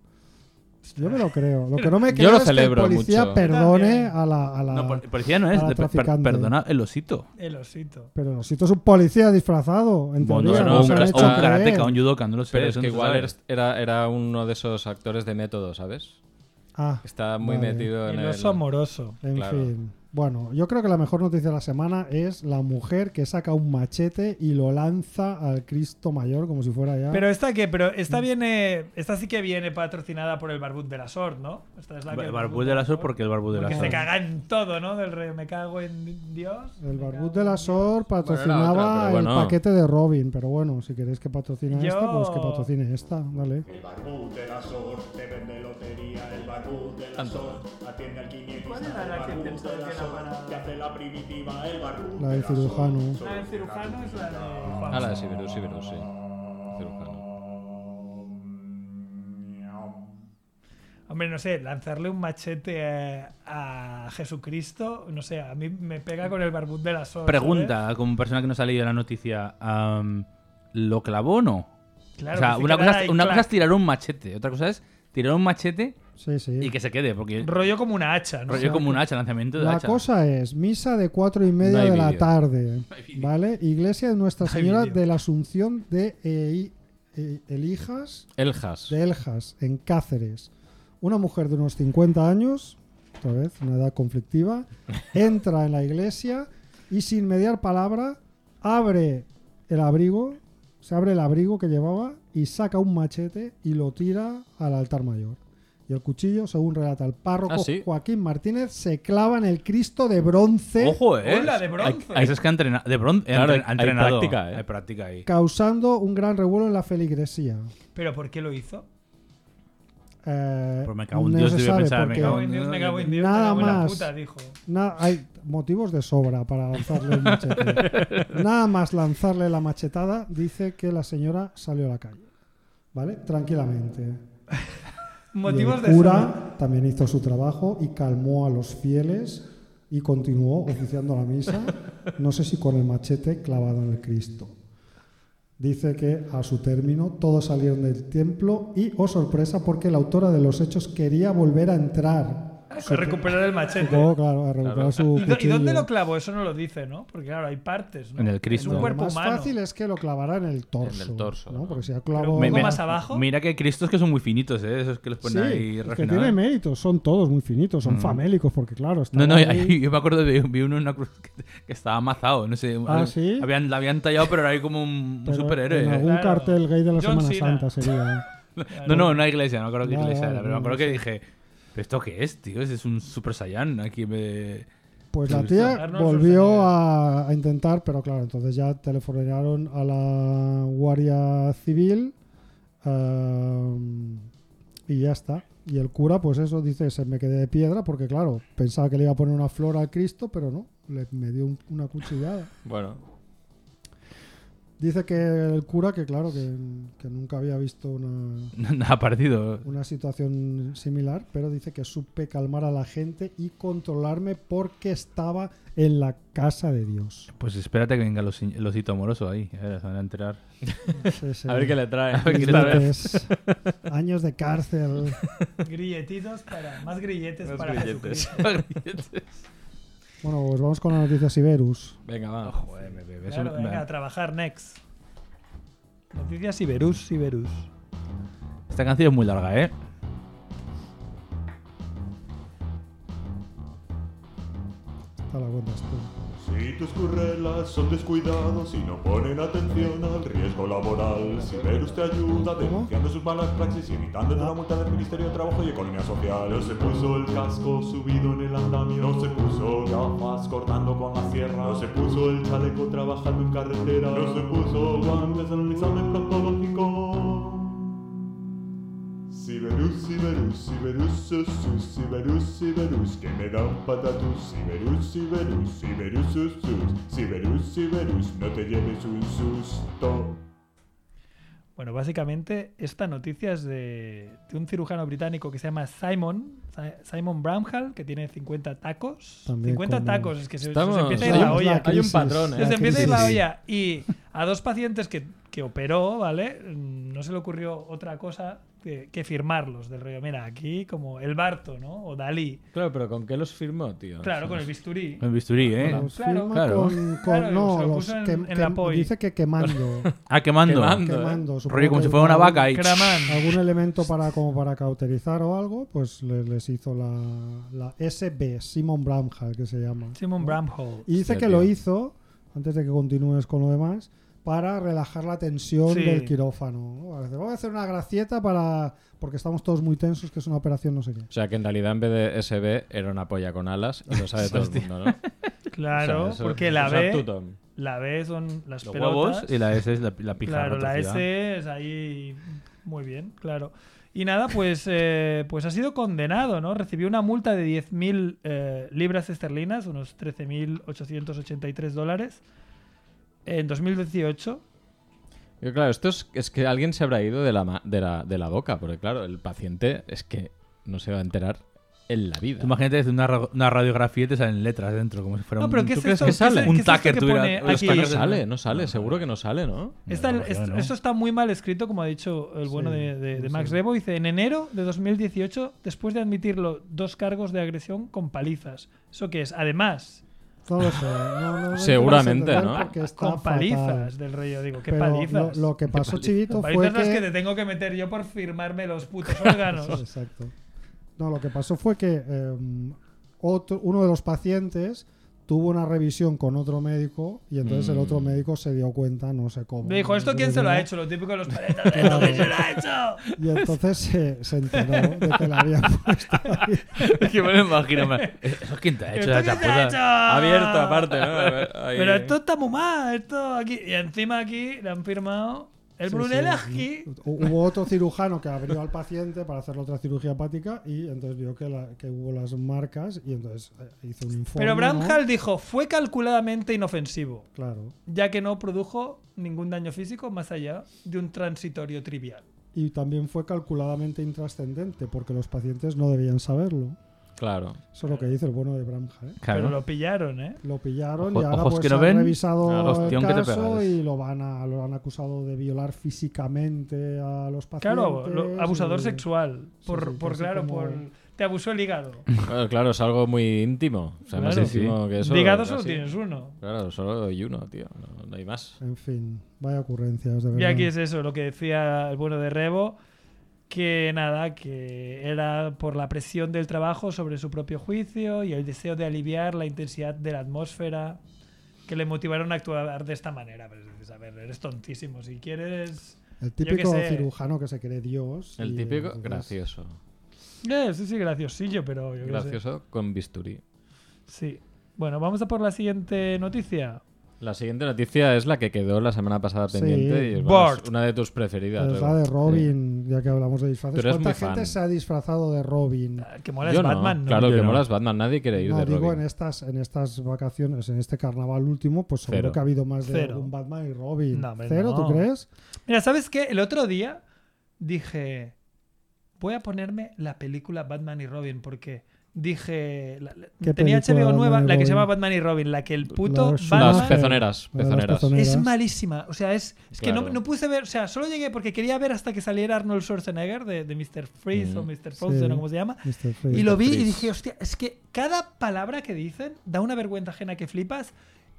D: Yo me lo creo. Lo que no me
A: Yo
D: creo
A: lo
D: es que el
A: celebro
D: policía
A: mucho.
D: perdone
B: También.
D: a la... a la-
C: No, pol- policía no es.
D: a la
C: de- per-
D: traficante.
C: perdona el osito.
B: El osito.
D: Pero si tú es un policía disfrazado, en
C: Bueno,
D: teoría,
A: no,
D: nos
A: un
D: han
A: cra-
D: hecho
C: o un
A: creer.
C: karateka, un judoka, no lo sé.
A: Pero es
C: eso
A: que
C: no se
A: igual
C: sabe.
A: eres- era, era uno de esos actores de método, ¿sabes?
D: Ah,
A: Que Está muy
D: Vale.
A: metido en
B: El
A: el...
B: oso amoroso.
D: en
A: Claro.
D: fin. Bueno, yo creo que la mejor noticia de la semana es la mujer que saca un machete y lo lanza al Cristo Mayor como si fuera ya...
B: Pero esta que, pero
D: Mm.
B: esta viene, esta sí que viene patrocinada por el Barbud de la Sort, ¿no? Esta es la que
C: El
B: el
C: barbú de la SOR, porque el barbú de la
B: Porque
C: SOR.
B: se caga en todo, ¿no? Del rey, me cago en Dios.
D: El
B: me
D: Barbud
B: cago
D: de la
B: en
D: SOR
A: Bueno,
D: patrocinaba
A: era otra, pero
D: el
A: bueno.
D: paquete de Robin, pero bueno, si queréis que patrocine
B: Yo-
D: esta, pues que patrocine esta, dale.
H: El barbú de la SOR te vende lotería. El barbú de la SOR atiende al
B: ¿Cuál era
H: quinientista. El
B: la que
H: barbú
B: te
H: de la
B: saqué la mano?
H: SOR te hace la primitiva. El barbú
D: La
H: de
D: del
H: la SOR.
D: cirujano.
B: Dios. La del cirujano es la de Juan.
A: Ah, la de Siberus, Siberus, sí. Cirujano.
B: Hombre, no sé, lanzarle un machete eh, a Jesucristo, no sé, a mí me pega con el Barbud de la Sort. ¿sabes?
C: Pregunta, como persona que no se ha leído la noticia, am, ¿lo clavó o no?
B: Claro,
C: o sea,
B: que se
C: una,
B: quedara
C: cosa, es-
B: ahí,
C: una
B: clac.
C: cosa es tirar un machete, otra cosa es tirar un machete
D: Sí, sí.
C: y que se quede, porque
B: Rollo como una hacha, ¿no?
C: rollo como un hacha, lanzamiento de
D: La
C: hacha.
D: cosa es, misa de cuatro y media
A: No hay
D: de la
A: vídeo.
D: tarde, ¿vale? Iglesia de Nuestra
B: No hay
D: Señora
B: vídeo.
D: de la Asunción de eh, I- eh, Elijas,
A: Eljas.
D: de Eljas, en Cáceres. Una mujer de unos 50 años, otra vez, una edad conflictiva, entra en la iglesia y sin mediar palabra abre el abrigo, se abre el abrigo que llevaba y saca un machete y lo tira al altar mayor. Y el cuchillo, según relata el párroco
A: Ah, sí.
D: Joaquín Martínez, se clava en el Cristo de bronce,
C: Ojo, eh.
B: Hola, de bronce.
C: Hay- hay- Eso es que ha entrenado. De bronce,
A: Claro,
C: ha entren- ha
A: hay
C: entrenado.
A: práctica, eh.
C: Hay práctica ahí.
D: causando un gran revuelo en la feligresía.
B: ¿Pero por qué lo hizo?
D: Eh,
C: Pues me cago en
D: no
C: Dios,
D: se
C: debe
D: sabe
C: pensar,
D: por
C: me
D: qué.
B: Me cago
C: cago
B: en Dios, me cago en Dios,
D: Nada
B: me cago en la
D: más.
B: puta, dijo.
D: Na- hay motivos de sobra para lanzarle un machete. Nada más lanzarle la machetada, dice que la señora salió a la calle. ¿Vale? Tranquilamente.
B: Motivos
D: y el
B: de sobra.
D: cura también hizo su trabajo y calmó a los fieles y continuó oficiando la misa, no sé si con el machete clavado en el Cristo. Dice que a su término todos salieron del templo y, oh sorpresa, porque la autora de los hechos quería volver a entrar.
B: Recuperar el machete.
D: Supongo, claro, a recuperar su
B: Ah, ¿Y, do- y dónde
D: cuchillo.
B: lo clavo? Eso no lo dice, ¿no? Porque claro, hay partes, ¿no?
C: En el Cristo.
B: un
D: No,
B: cuerpo
D: lo más
B: humano.
D: fácil es que lo clavara en el torso.
A: En el torso,
D: ¿no?
A: ¿no?
D: Porque si ha
B: Pero
D: clavado.
B: un poco
C: Me-
B: más abajo.
C: Mira que hay cristos que son muy finitos, eh. Esos que los
D: Sí,
C: ponen ahí
D: es que tiene
C: refinados. eh.
D: méritos, son todos muy finitos, son famélicos, porque claro,
C: No,
D: estaba
C: no,
D: ahí-
C: ahí- yo me acuerdo de vi uno en una cruz que, que estaba amazado, no sé.
D: Ah,
C: al-
D: ¿sí?
C: habían, la habían tallado, pero era ahí como un, un
D: pero
C: superhéroe.
D: En
C: eh.
D: algún
B: Claro.
D: cartel gay de la
B: John
D: Semana
B: Cena.
D: Santa sería.
C: No, no, en una iglesia, no creo que
D: Vale,
C: iglesia
D: vale,
C: era, pero me
D: no,
C: acuerdo
D: no sé.
C: que dije, ¿pero esto qué es, tío? Ese Es un Super Saiyan aquí me...
D: Pues la
C: Sí,
D: tía
B: Arnold
D: volvió
B: Schwarzenegger.
D: a, a intentar, pero claro, entonces ya telefonaron a la Guardia Civil ehm, y ya está. Y el cura, pues eso, dice, se me quedé de piedra porque claro, pensaba que le iba a poner una flor al Cristo, pero no, le, me dio un- una cuchillada.
A: Bueno.
D: Dice que el cura, que claro, que, que nunca había visto una,
C: Nada parecido.
D: una situación similar, pero dice que supe calmar a la gente y controlarme porque estaba en la casa de Dios.
C: Pues espérate que venga los- el osito amoroso ahí. A ver, se van a enterar.
D: Sí, sí.
A: A ver qué le ¿eh? trae.
C: ver qué
A: Esta
C: le trae.
A: vez.
D: Grilletes, años de cárcel.
B: Grilletitos para. Más grilletes
A: Más
B: para
A: grilletes.
B: Jesucristo.
D: Bueno, pues vamos con la noticia Siberus.
A: Venga, va.
C: Joder, me- me- me-
B: Claro,
C: eso me-
B: venga, a trabajar, next. Noticias Iberus, Iberus.
C: Esta canción es muy larga, ¿eh?
D: Te la cuentas tú.
H: Si tus currelas son descuidados y no ponen atención al riesgo laboral, si Verus te ayuda denunciando sus malas praxis y evitando una multa del Ministerio de Trabajo y Economía Social. No se puso el casco subido en el andamio, no se puso gafas cortando con la sierra, no se puso el chaleco trabajando en carretera, no se puso guantes en el examen proctológico. Siberus, Siberus, Siberus, Susu, Siberus, Siberus, que me da un patatus. Siberus, Siberus, Siberus, Susus, Siberus, Siberus, no te lleves un susto.
B: Bueno, básicamente esta noticia es de, de un cirujano británico que se llama Simon, Si- Simon Bramhall, que tiene 50 tacos.
D: También
B: 50
D: como-
B: tacos, es que se, se
A: Estamos-
B: os empieza a ir
A: Hay
B: la
A: un-
B: olla.
A: hay un patrón, ¿eh?
B: Se os
D: Ah,
A: la
B: empieza a ir la
A: crisis.
B: olla. Y a dos pacientes que, que operó, ¿vale? Mm, No se le ocurrió otra cosa que, que firmarlos del rollo. Mira, aquí como el Barto, ¿no? O Dalí.
A: Claro, pero ¿con qué los firmó, tío?
B: Claro, con el bisturí.
C: Con el bisturí, ¿eh?
D: Los
B: Claro.
D: firma
C: Claro.
D: con- con-
B: Claro, se
D: no,
B: lo
D: los
B: puso en-
D: que,
B: en
D: que-
B: la poi.
D: dice que quemando.
C: Ah, quemando.
A: Quemando. eh.
D: quemando supongo
C: Rollo, como
D: que
C: si fuera una
D: algún-
C: vaca ahí.
B: Cramán.
D: Algún elemento para como para cauterizar o algo, pues le- les hizo la, la SB, Simon Bramhall, que se llama.
B: Simon Bramhall.
D: Y dice
A: Hostia,
D: que lo
A: tío.
D: hizo, antes de que continúes con lo demás, para relajar la tensión
B: Sí.
D: del quirófano. ¿no? Parece, Vamos a hacer una gracieta para. porque estamos todos muy tensos, que es una operación no sé qué.
A: O sea, que en realidad en vez de SB era una polla con alas y lo sabe todo el mundo, ¿no?
B: Claro,
A: O sea, eso-
B: porque la
A: eso es
B: B,
A: tú, Tom.
B: la B son las
C: Los
B: pelotas.
C: huevos y la S es la, la pija.
B: Claro, la
C: retorcida.
B: S es ahí muy bien, claro. Y nada, pues, eh, pues ha sido condenado, ¿no? Recibió una multa de 10.000 eh, libras esterlinas, unos 13.883 dólares, en 2018.
A: Yo, claro, esto es, es que alguien se habrá ido de la, ma- de, la, de la boca, porque claro, el paciente es que no se va a enterar en la vida.
C: Tú imagínate hacer una, ra- una radiografía y te salen letras dentro, como si fuera
B: No,
C: un...
B: pero ¿qué
C: ¿tú
B: es
C: crees
B: esto? ¿Qué
C: que
B: es-
C: sale?
B: qué
C: un
B: es esto
C: tacker
B: que
C: tuviera-
B: pone
C: los
B: aquí?
A: no
C: tackers-
A: sale, no sale, seguro que no sale, ¿no?
B: Está-
C: No,
B: esto,
C: no.
B: esto está muy mal escrito, como ha dicho el bueno
D: Sí,
B: de, de- de
D: sí.
B: Max Rebo. Dice, en enero de 2018, después de admitirlo, dos cargos de agresión con palizas. ¿Eso qué es? Además,
D: ¿eh? No lo sé. no- no- no
A: Seguramente,
D: lo sé,
A: ¿no?
D: porque está
B: con palizas
D: fatal.
B: del rollo. Digo, ¿qué
D: Pero lo,
B: palizas?
D: lo que pasó, Chivito, fue
B: Palizas las que
D: que.
B: te tengo que meter yo por firmarme los putos órganos.
D: Exacto. No, lo que pasó fue que eh, otro, uno de los pacientes tuvo una revisión con otro médico y entonces el otro
A: Mm.
D: médico se dio cuenta, no sé cómo.
B: Me dijo,
D: no
B: ¿esto
D: sé
B: quién
D: de
B: se lo ha
D: dónde,
B: hecho? Lo típico de los paletas. ¿Esto quién se lo ha hecho?
D: Y entonces se, se enteró de que le habían puesto ahí.
C: Es que me lo imagino. en plan, ¿Eso es quien te ha hecho
B: ¿Esto
C: la
B: quién se
C: chapuza?
B: lo ha hecho?
A: Abierto aparte, ¿no? Ahí-
B: Ah, Pero esto está muy mal. Esto aquí. Y encima aquí le han firmado el
D: Sí,
B: Brunelleschi.
D: sí. Hu- Hubo otro cirujano que abrió al paciente para hacerle otra cirugía hepática y entonces vio que, la- que hubo las marcas y entonces eh, hizo un informe.
B: Pero
D: ¿no?
B: Bramhall dijo, fue calculadamente inofensivo,
D: Claro.
B: ya que no produjo ningún daño físico más allá de un transitorio trivial.
D: Y también fue calculadamente intrascendente porque los pacientes no debían saberlo.
A: Claro.
D: Eso es lo que dice el bueno de Bramhall. ¿eh?
C: Claro. Ah,
B: Pero lo pillaron, ¿eh?
D: Lo pillaron
C: Ojo-
D: y ahora
C: ojos
D: pues
C: que no
D: han
C: ven,
D: revisado
C: al hostión
D: el
C: que te
D: caso
C: pegas.
D: y lo van a, lo han acusado de violar físicamente a los pacientes.
B: Claro, lo- abusador
D: y-
B: sexual. Por,
D: sí,
B: por
D: casi
B: claro,
D: como-
B: por... Te abusó el hígado.
A: Claro, claro, es algo muy íntimo. O sea, más
B: Claro.
A: íntimo que eso.
B: De hígado solo
A: casi.
B: tienes uno.
A: Claro, solo doy uno, tío. No, no hay más.
D: En fin, vaya ocurrencias de
B: Y
D: verdad.
B: aquí es eso, lo que decía el bueno de Rebo, que nada, que era por la presión del trabajo sobre su propio juicio y el deseo de aliviar la intensidad de la atmósfera que le motivaron a actuar de esta manera. Pero dices, a ver, eres tontísimo, si quieres...
D: El
B: qué
D: típico
B: sé.
D: cirujano que se cree Dios.
A: El
D: y,
A: típico
D: entonces,
A: gracioso.
B: Eh, sí, sí, graciosillo, pero yo qué sé.
A: Gracioso con bisturí.
B: Sí. Bueno, vamos a por la siguiente noticia.
A: La siguiente noticia es la que quedó la semana pasada
D: Sí.
A: pendiente y es, bueno,
B: Bart.
A: es una de tus preferidas.
D: pues Es
A: Rego.
D: la de Robin, ya que hablamos de disfraces.
A: Tú eres
D: ¿Cuánta
A: muy fan.
D: gente se ha disfrazado de Robin?
B: El Ah, que mola
A: Yo
B: es
A: no,
B: Batman, ¿no?
A: Claro,
C: Yo
A: que
C: no.
A: molas Batman, nadie quiere ir
D: No,
A: de
D: digo
A: Robin.
D: en este estas, en estas vacaciones, en este carnaval último, pues seguro
A: Cero.
D: que ha habido más de
B: Cero.
D: algún Batman y Robin.
B: No, hombre,
D: ¿Cero,
B: no.
D: tú crees?
B: Mira, ¿sabes qué? El otro día dije, voy a ponerme la película Batman y Robin porque dije, la- la-
D: ¿Qué
B: tenía HBO
D: película Batman
B: nueva,
D: y
B: la que
D: Robin?
B: se llama Batman y Robin, la que el puto
D: Las
A: Las
B: Batman
D: Batman.
A: pezoneras,
D: La de las
A: pezoneras.
D: pezoneras.
B: es malísima. O sea, es, es que no,
A: Claro.
B: no puse ver, o sea, solo llegué porque quería ver hasta que saliera Arnold Schwarzenegger de, de Mr. Freeze
A: Mm.
B: o Mr. Frozen
D: Sí.
B: o como se llama.
D: Mr. Freeze.
B: Y lo vi y
A: Freeze.
B: dije, hostia, es que cada palabra que dicen da una vergüenza ajena que flipas.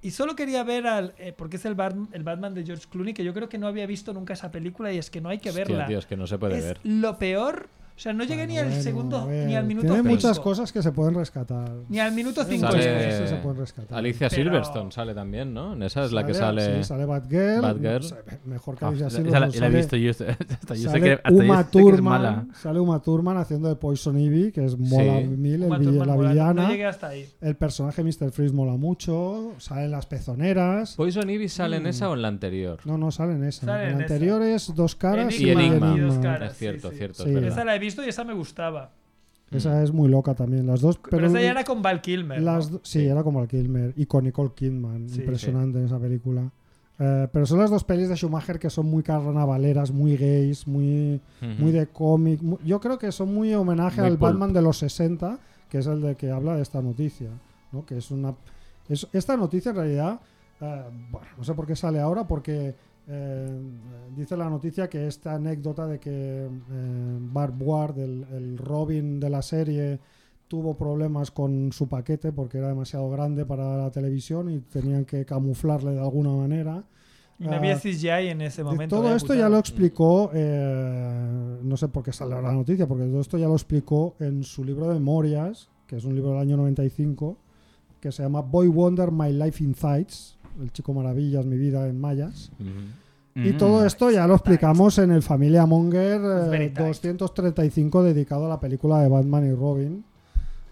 B: Y solo quería ver al. eh, porque es el, Bat- el Batman de George Clooney, que yo creo que no había visto nunca esa película y es que no hay que
A: Hostia,
B: verla.
A: tío, es que no se puede
B: es
A: ver.
B: lo peor. O sea, no llegué ni al
D: Bueno, a
B: segundo,
D: ver,
B: ni al minuto
D: Tiene
B: cinco.
D: muchas cosas que se pueden rescatar.
B: Ni al minuto
D: Sale-
B: 5.
D: Muchas
A: Sale-
D: cosas que se pueden rescatar.
A: Alicia
B: Pero-
A: Silverstone sale también, ¿no? En esa es la que
D: Sí,
A: sale.
D: sale Batgirl.
A: Batgirl.
D: o sea, Mejor que
C: Ah,
D: Alicia
C: esa
D: Silverstone.
C: la, la he
D: sale-
C: visto yo. Hasta yo sé
D: sale
C: que, hasta yo
D: Uma
C: sé que es
D: Thurman,
C: mala.
D: sale Uma Thurman haciendo de Poison Ivy, que es mola
A: Sí.
D: mil, el
B: Uma
D: vill-
B: Thurman
D: la
B: mola,
D: villana.
B: No llegué hasta ahí.
D: El personaje Mr. Freeze mola mucho, salen las pezoneras.
B: Pues-
A: ¿Poison Ivy sale en esa o en la anterior?
D: No, no, salen esa.
B: Sale
D: el
B: en
D: anterior es dos caras
A: Y Enigma.
B: Y dos caras.
A: Es cierto,
B: sí, sí.
A: cierto.
D: Sí.
A: Es verdad.
B: Esa la he visto y esa me gustaba.
D: Esa es muy loca también, las dos. Pero,
B: Pero, esa ya era con Val Kilmer. ¿no?
D: las do- sí, era como el Kilmer y con Nicole Kidman,
B: Sí,
D: impresionante esa película. Eh, pero son las dos pelis de Schumacher que son muy carnavaleras, muy gays, muy,
A: Ujú.
D: muy de cómic. mu- Yo creo que son muy homenaje
A: Muy
D: al
A: pulp.
D: Batman de los 60, que es el de que habla de esta noticia. ¿no? Que es una, es- esta noticia en realidad, eh, bueno, no sé por qué sale ahora, porque eh, dice la noticia que esta anécdota de que eh, Bart Ward, el, el Robin de la serie, tuvo problemas con su paquete porque era demasiado grande para la televisión y tenían que camuflarle de alguna manera.
B: Y no
D: Ah,
B: había CGI en ese
D: de
B: este momento.
D: todo
B: vaya
D: esto ya lo
B: putada.
D: explicó, eh, no sé por qué sale ahora la noticia, porque todo esto ya lo explicó en su libro de memorias, que es un libro del año 95, que se llama Boy Wonder My Life in Insights, el chico maravillas, mi vida en mayas.
A: Ujú.
D: Y
C: Mm.
D: todo esto ya lo explicamos en el Familia Monger
B: Mm. Es
D: eh,
B: very tight.
D: 235 dedicado a la película de Batman y Robin.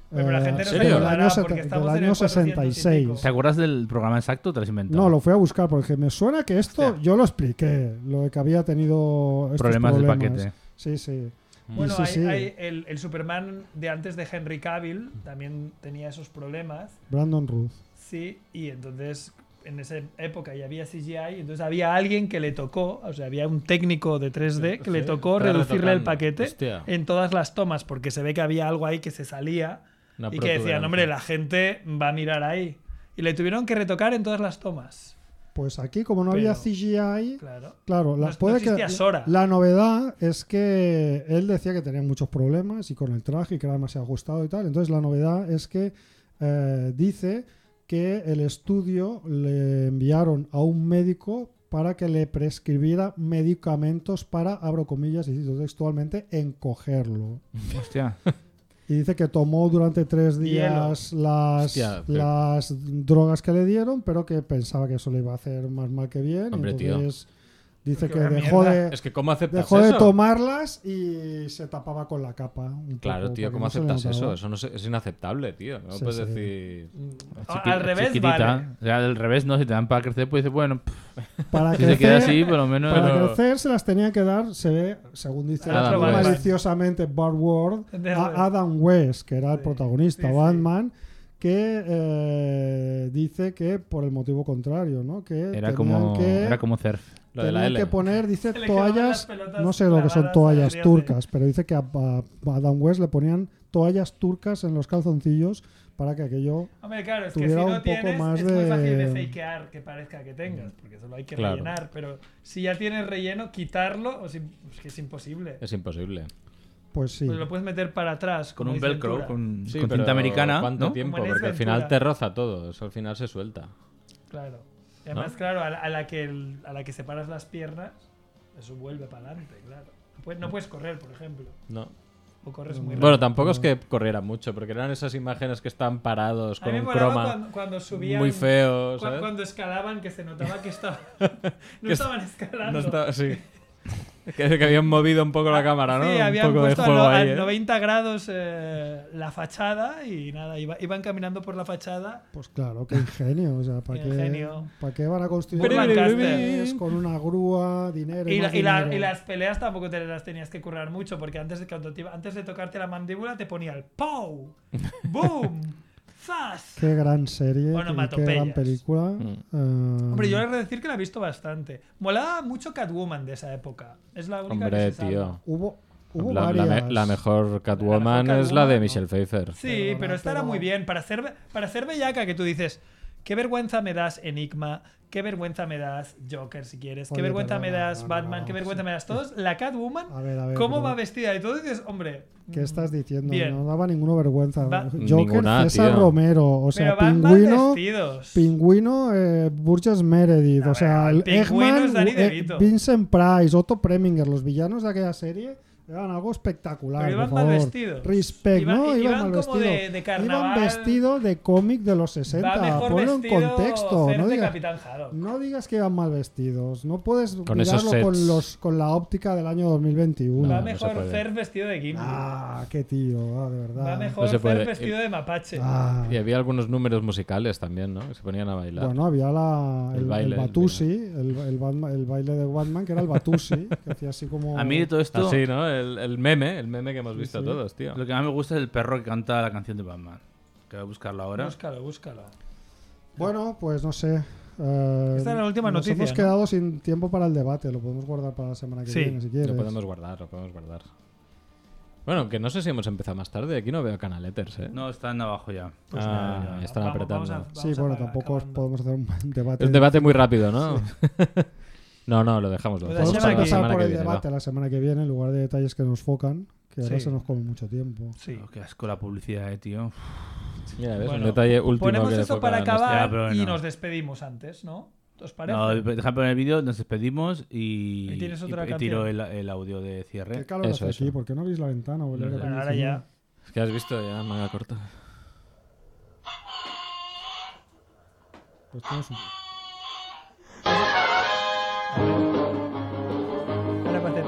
B: Pero la
D: eh,
B: gente no
A: ¿en
B: se
A: serio?
B: acordará
D: del año
B: porque
D: seten-
B: estamos en
D: del
B: el
D: año
B: 400 y pico.
D: 66.
C: ¿Te acuerdas del programa exacto? ¿Te lo has inventado?
D: No, lo fui a buscar porque me suena que esto
C: Hostia.
D: yo lo expliqué, lo que había tenido estos
C: Problemas de
D: problemas.
C: paquete.
D: Sí, sí.
B: Bueno,
D: Sí,
B: hay,
D: sí.
B: hay el, el Superman de antes de Henry Cavill también tenía esos problemas,
D: Brandon Ruth.
B: sí, y entonces en esa época ya había CGI, entonces había alguien que le tocó, o sea, había un técnico de 3D que le
A: Sí,
B: tocó
A: estaba
B: reducirle el
A: retocando.
B: paquete
A: Hostia.
B: en todas las tomas, porque se ve que había algo ahí que se salía
A: Una
B: y que decían,
A: protuberancia.
B: hombre, la gente va a mirar ahí. Y le tuvieron que retocar en todas las tomas,
D: Pues aquí, como no había
B: Pero-
D: CGI,
B: claro.
D: claro, la,
B: No- no
D: puede que,
B: existía Sora.
D: la novedad es que él decía que tenía muchos problemas y con el traje y que era demasiado ajustado y tal. Entonces, la novedad es que eh, dice que el estudio le enviaron a un médico para que le prescribiera medicamentos para, abro comillas, y cito textualmente, encogerlo.
C: Hostia.
D: Y dice que tomó durante tres días las,
A: Hostia, pero-
D: las drogas que le dieron, pero que pensaba que eso le iba a hacer más mal que bien.
A: Hombre, tío.
D: entonces dice
B: Qué
D: que
B: buena
D: dejó
B: mierda.
D: de,
A: Es que, ¿cómo aceptas
D: dejó de
A: eso?
D: tomarlas y se tapaba con la capa. un
A: Claro,
D: poco,
A: tío,
D: porque
A: ¿cómo
D: no se le
A: aceptas eso?
D: notaba.
A: Eso no se- es inaceptable, tío. No
D: Sí,
A: puedes
D: sí.
A: decir.
C: Chiqui-
B: al revés,
C: chiquitita.
B: vale.
C: O sea, al revés no. Si te dan para crecer, pues dices, bueno, pff,
D: Para
C: si se queda
D: crecer,
C: así, por lo menos.
D: para
A: Pero-
D: crecer se las tenía que dar, se ve, según dice
A: Adam
D: otro,
A: West.
D: maliciosamente Bart Ward,
B: De-
D: a Adam West, que era el
B: Sí,
D: protagonista,
B: sí, sí.
D: Batman, que eh, dice que por el motivo contrario, ¿no? Que
C: Era
D: tenían
C: como,
D: que,
C: era como surf.
A: Lo de la
D: tenían
A: L.
D: que poner, dice,
B: Se le quedaban
D: toallas,
B: las pelotas
D: no sé lo que son
B: clavadas,
D: toallas
B: deberían de-
D: turcas, pero dice que a, a- a Adam West le ponían toallas turcas en los calzoncillos para que aquello...
B: Hombre, claro, es que si
D: tuviera un
B: no
D: poco
B: tienes,
D: más
B: es muy
D: de-
B: fácil de fakear que parezca que tengas, porque solo hay que
A: Claro.
B: rellenar, pero si ya tienes relleno, quitarlo o si- es que es imposible.
A: Es imposible.
D: Pues sí.
B: Pues lo puedes meter para atrás
C: Con
B: como
C: un
B: dice
C: velcro,
B: Ventura.
C: con,
A: Sí,
C: con
A: pero
C: cinta americana.
A: ¿Cuánto
C: ¿no?
A: tiempo?
B: Como en
A: Porque al
B: Ace
A: final
B: Ventura.
A: te roza todo. Eso al final se suelta.
B: Claro. Y además, claro, a la, a la que el- a la que separas las piernas, eso vuelve para adelante, claro. No puedes, no puedes correr, por ejemplo,
A: No.
B: o corres muy
A: Bueno,
B: rápido.
A: tampoco es que corriera mucho, porque eran esas imágenes que están parados
B: a
A: con
B: mí me
A: un
B: molaba
A: croma
B: cuando, cuando subían
A: muy feo,
B: cu-
A: ¿sabes?
B: Cuando escalaban que se notaba que estaban no
A: Que es-
B: estaban escalando.
A: No está- sí. Que, que habían movido un poco la cámara, ¿no?
B: Ah, Sí,
A: un
B: habían
A: poco de
B: puesto a,
A: juego
B: no- a
A: ahí, ¿eh?
B: 90 grados eh, la fachada y nada, iba- iban caminando por la fachada.
D: Pues claro, qué ingenio. O sea, ¿para
B: Qué
D: qué,
B: ingenio.
D: ¿para qué van a construir
B: Pero-
D: trenes con una grúa, dinero?
B: Y,
D: más
B: la- y la-
D: dinero?
B: y las peleas tampoco te las tenías que currar mucho, porque antes de, cuando te iba- antes de tocarte la mandíbula te ponía el POW, BOOM, ZAS.
D: Qué gran serie,
B: Bueno,
D: y qué
B: matopeyas.
D: gran película.
A: Mm.
D: Eh,
B: Hombre, yo le he de decir que la he visto bastante. Molaba mucho Catwoman de esa época. Es la única que
A: Hombre,
B: se salva.
A: tío.
D: Hubo, hubo
A: La, la me-
D: varias.
A: la mejor Catwoman es la
B: Catwoman,
A: de
B: ¿no?
A: Michelle Pfeiffer.
B: Sí,
D: Pero
B: pero
D: no,
B: esta era
D: pero-
B: muy bien. Para ser, para ser bellaca, que tú dices, qué vergüenza me das Enigma, qué vergüenza me das Joker, si quieres, qué
D: Oye,
B: vergüenza
D: perdona,
B: me das
D: no, no,
B: Batman,
D: no,
B: qué vergüenza
D: sí.
B: me das todos. La Catwoman,
D: A ver, a ver,
B: cómo
D: pero-
B: va vestida y todo, dices, hombre. mm,
D: ¿Qué estás diciendo?
B: Bien.
D: No daba ninguna vergüenza.
B: Va-
D: Joker,
A: Ninguna,
D: César
A: tío.
D: Romero, o sea,
B: pero van mal
D: Pingüino,
B: vestidos.
D: Pingüino, eh, Burgess Meredith, o sea, el
B: Pingüino es
D: Eggman,
B: Danny
D: eh,
B: DeVito.
D: Vincent Price, Otto Preminger, los villanos de aquella serie eran algo espectacular.
B: Pero iban
D: por
B: mal
D: favor.
B: vestidos.
D: Respect,
B: Iban-
D: ¿no?
B: i-
D: Iban,
B: iban
D: mal
B: como
D: vestidos.
B: de- de carnaval.
D: Iban vestido de cómic de los
B: va
D: 60.
B: mejor
D: Ponlo en
B: vestido
D: contexto.
B: Fer
D: No
B: de
D: digas,
B: Capitán Haddock.
D: no digas que iban mal vestidos. No puedes
A: Con esos
D: mirarlo con,
A: sets.
D: los, con la óptica del año
B: va
D: 2021.
A: no se
B: mejor
A: puede.
B: Fer vestido de Gimli.
D: Ah, qué tío, ah, de verdad.
B: va mejor
A: No se
B: Fer
A: puede. Eh,
B: vestido de mapache.
D: Ah.
A: Y había algunos números musicales también, ¿no? Que se ponían a bailar.
D: Bueno, había la,
A: El
D: el, el
A: baile, el
D: Batusi, el, el Batman- el baile de Batman, que era el Batusi, que hacía así como.
C: A mí de todo esto,
A: Así, ¿no? El, el meme, el meme que hemos visto
D: sí.
A: todos, tío.
C: lo que más me gusta es el perro que canta la canción de Batman. Que voy a buscarlo ahora.
B: Búscalo, búscalo.
D: Bueno, pues no sé. eh,
B: Esta era la última
D: nos
B: noticia,
D: Hemos
B: ¿no?
D: quedado sin tiempo para el debate, lo podemos guardar para la semana que
B: Sí,
D: viene si quieres.
A: Lo podemos guardar, lo podemos guardar. Bueno, que no sé si hemos empezado más tarde. Aquí no veo canaletters, ¿eh?
C: No, están abajo ya.
D: Pues
A: ah,
B: Ya,
A: están
B: vamos-
A: apretando.
B: vamos a-
D: Sí,
B: vamos a
D: bueno,
B: acabar-
D: tampoco os
B: acabando.
D: podemos hacer un debate.
A: Es debate muy rápido, ¿no? no, no, lo dejamos. Lo
B: Lo
A: dejamos
B: semana
A: para
D: Podemos
B: que-
A: Pues la
D: empezar
A: semana
D: por
A: que
D: el
A: viene. va.
D: debate la semana que viene en lugar de detalles que nos focan, que ahora
B: Sí.
D: se nos come mucho tiempo.
B: Sí.
C: Oh, qué asco la publicidad, eh, tío. Uf,
A: Mira, ves,
B: Bueno,
A: un detalle último
B: Ponemos
A: que le
B: eso
A: foca
B: para
A: a nuestro-
B: acabar
C: Ya, pero
B: y
C: bueno.
B: nos despedimos antes, ¿no? ¿Os parece?
C: No, deja poner el vídeo, nos despedimos y,
B: ¿Y tienes otra
C: y tiro
B: canción?
C: el, el audio de
D: Qué
C: cierre.
D: calor
A: Eso,
D: hace aquí,
A: eso.
D: ¿por qué no abrís la ventana? o el
C: Bueno,
D: aire
B: Bueno, ahora
D: acondicionado?
B: ya.
A: Es que has visto, ya manga corta.
D: Pues tienes un-
B: Ahora va a hacer-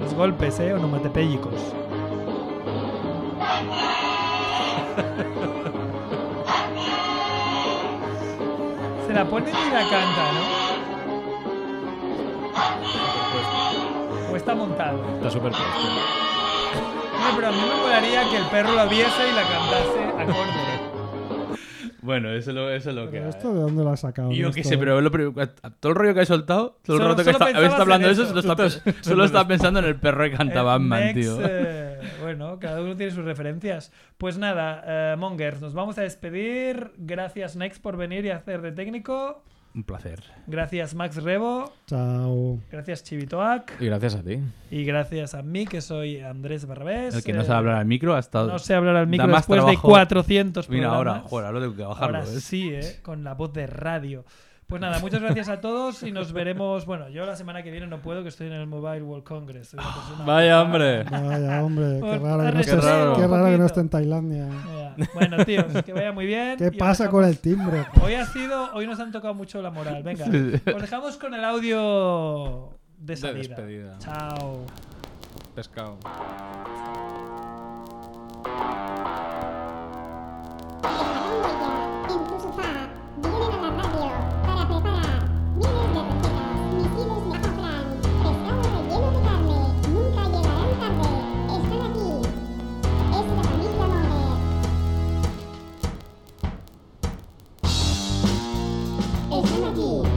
B: Los golpes, ¿eh? Onomatopéyicos. Se la ponen y la canta, ¿no? O está montado.
A: Está súper puesto.
B: Oye, pero a mí me molaría que el perro la viese y la cantase acorde.
C: Bueno, eso es lo, eso es lo
D: ¿Pero
C: hay.
D: esto de dónde lo has sacado?
C: Y Yo qué
D: Esto-
C: sé, pero lo pri- a- todo el rollo que he soltado, todo el
B: Solo-
C: rato que
B: solo
C: está- habéis
B: pensabas
C: estado hablando
B: en
C: de eso,
B: eso.
C: solo, está, solo está pensando en el perro que canta
B: Eh,
C: Batman,
B: next,
C: tío.
B: eh, bueno, cada uno tiene sus referencias. Pues nada, eh, Mongers, nos vamos a despedir. Gracias, Next, por venir y hacer de técnico.
C: Un placer.
B: Gracias, Max Rebo.
D: Chao.
B: Gracias, Chivitoac.
A: Y gracias a ti.
B: Y gracias a mí, que soy Andrés Barrabés.
C: El que no
B: Eh,
C: sabe hablar al micro ha estado.
B: No sé hablar al micro
C: da más
B: después
C: trabajo.
B: de 400
C: Mira, ahora,
B: programas.
C: joder, ahora tengo que bajarlo.
B: Ahora
C: ¿ves?
B: sí, ¿eh? Con la voz de radio. Pues nada, muchas gracias a todos y nos veremos. Bueno, yo la semana que viene no puedo, que estoy en el Mobile World Congress. Una persona-
A: Vaya, hombre.
D: Vaya, hombre, qué
B: Por-
D: raro, que
B: te
D: no estés-
A: raro.
D: qué raro que no
B: Un
D: esté en Tailandia.
B: Ya. Bueno, tíos, que vaya muy bien.
D: ¿Qué
B: Y
D: pasa
B: os
D: con el
B: dejamos-
D: timbre?
B: Hoy ha sido, hoy nos han tocado mucho la moral. Venga,
C: Sí, sí.
B: os dejamos con el audio de salida.
A: despedida.
B: Chao.
A: Pescado.
I: En tu sofá, vienen a la radio para preparar miles de recetas, misiles de azafrán, pescado relleno de carne, nunca llegarán tarde, están aquí. Es la familia Monger. Están aquí.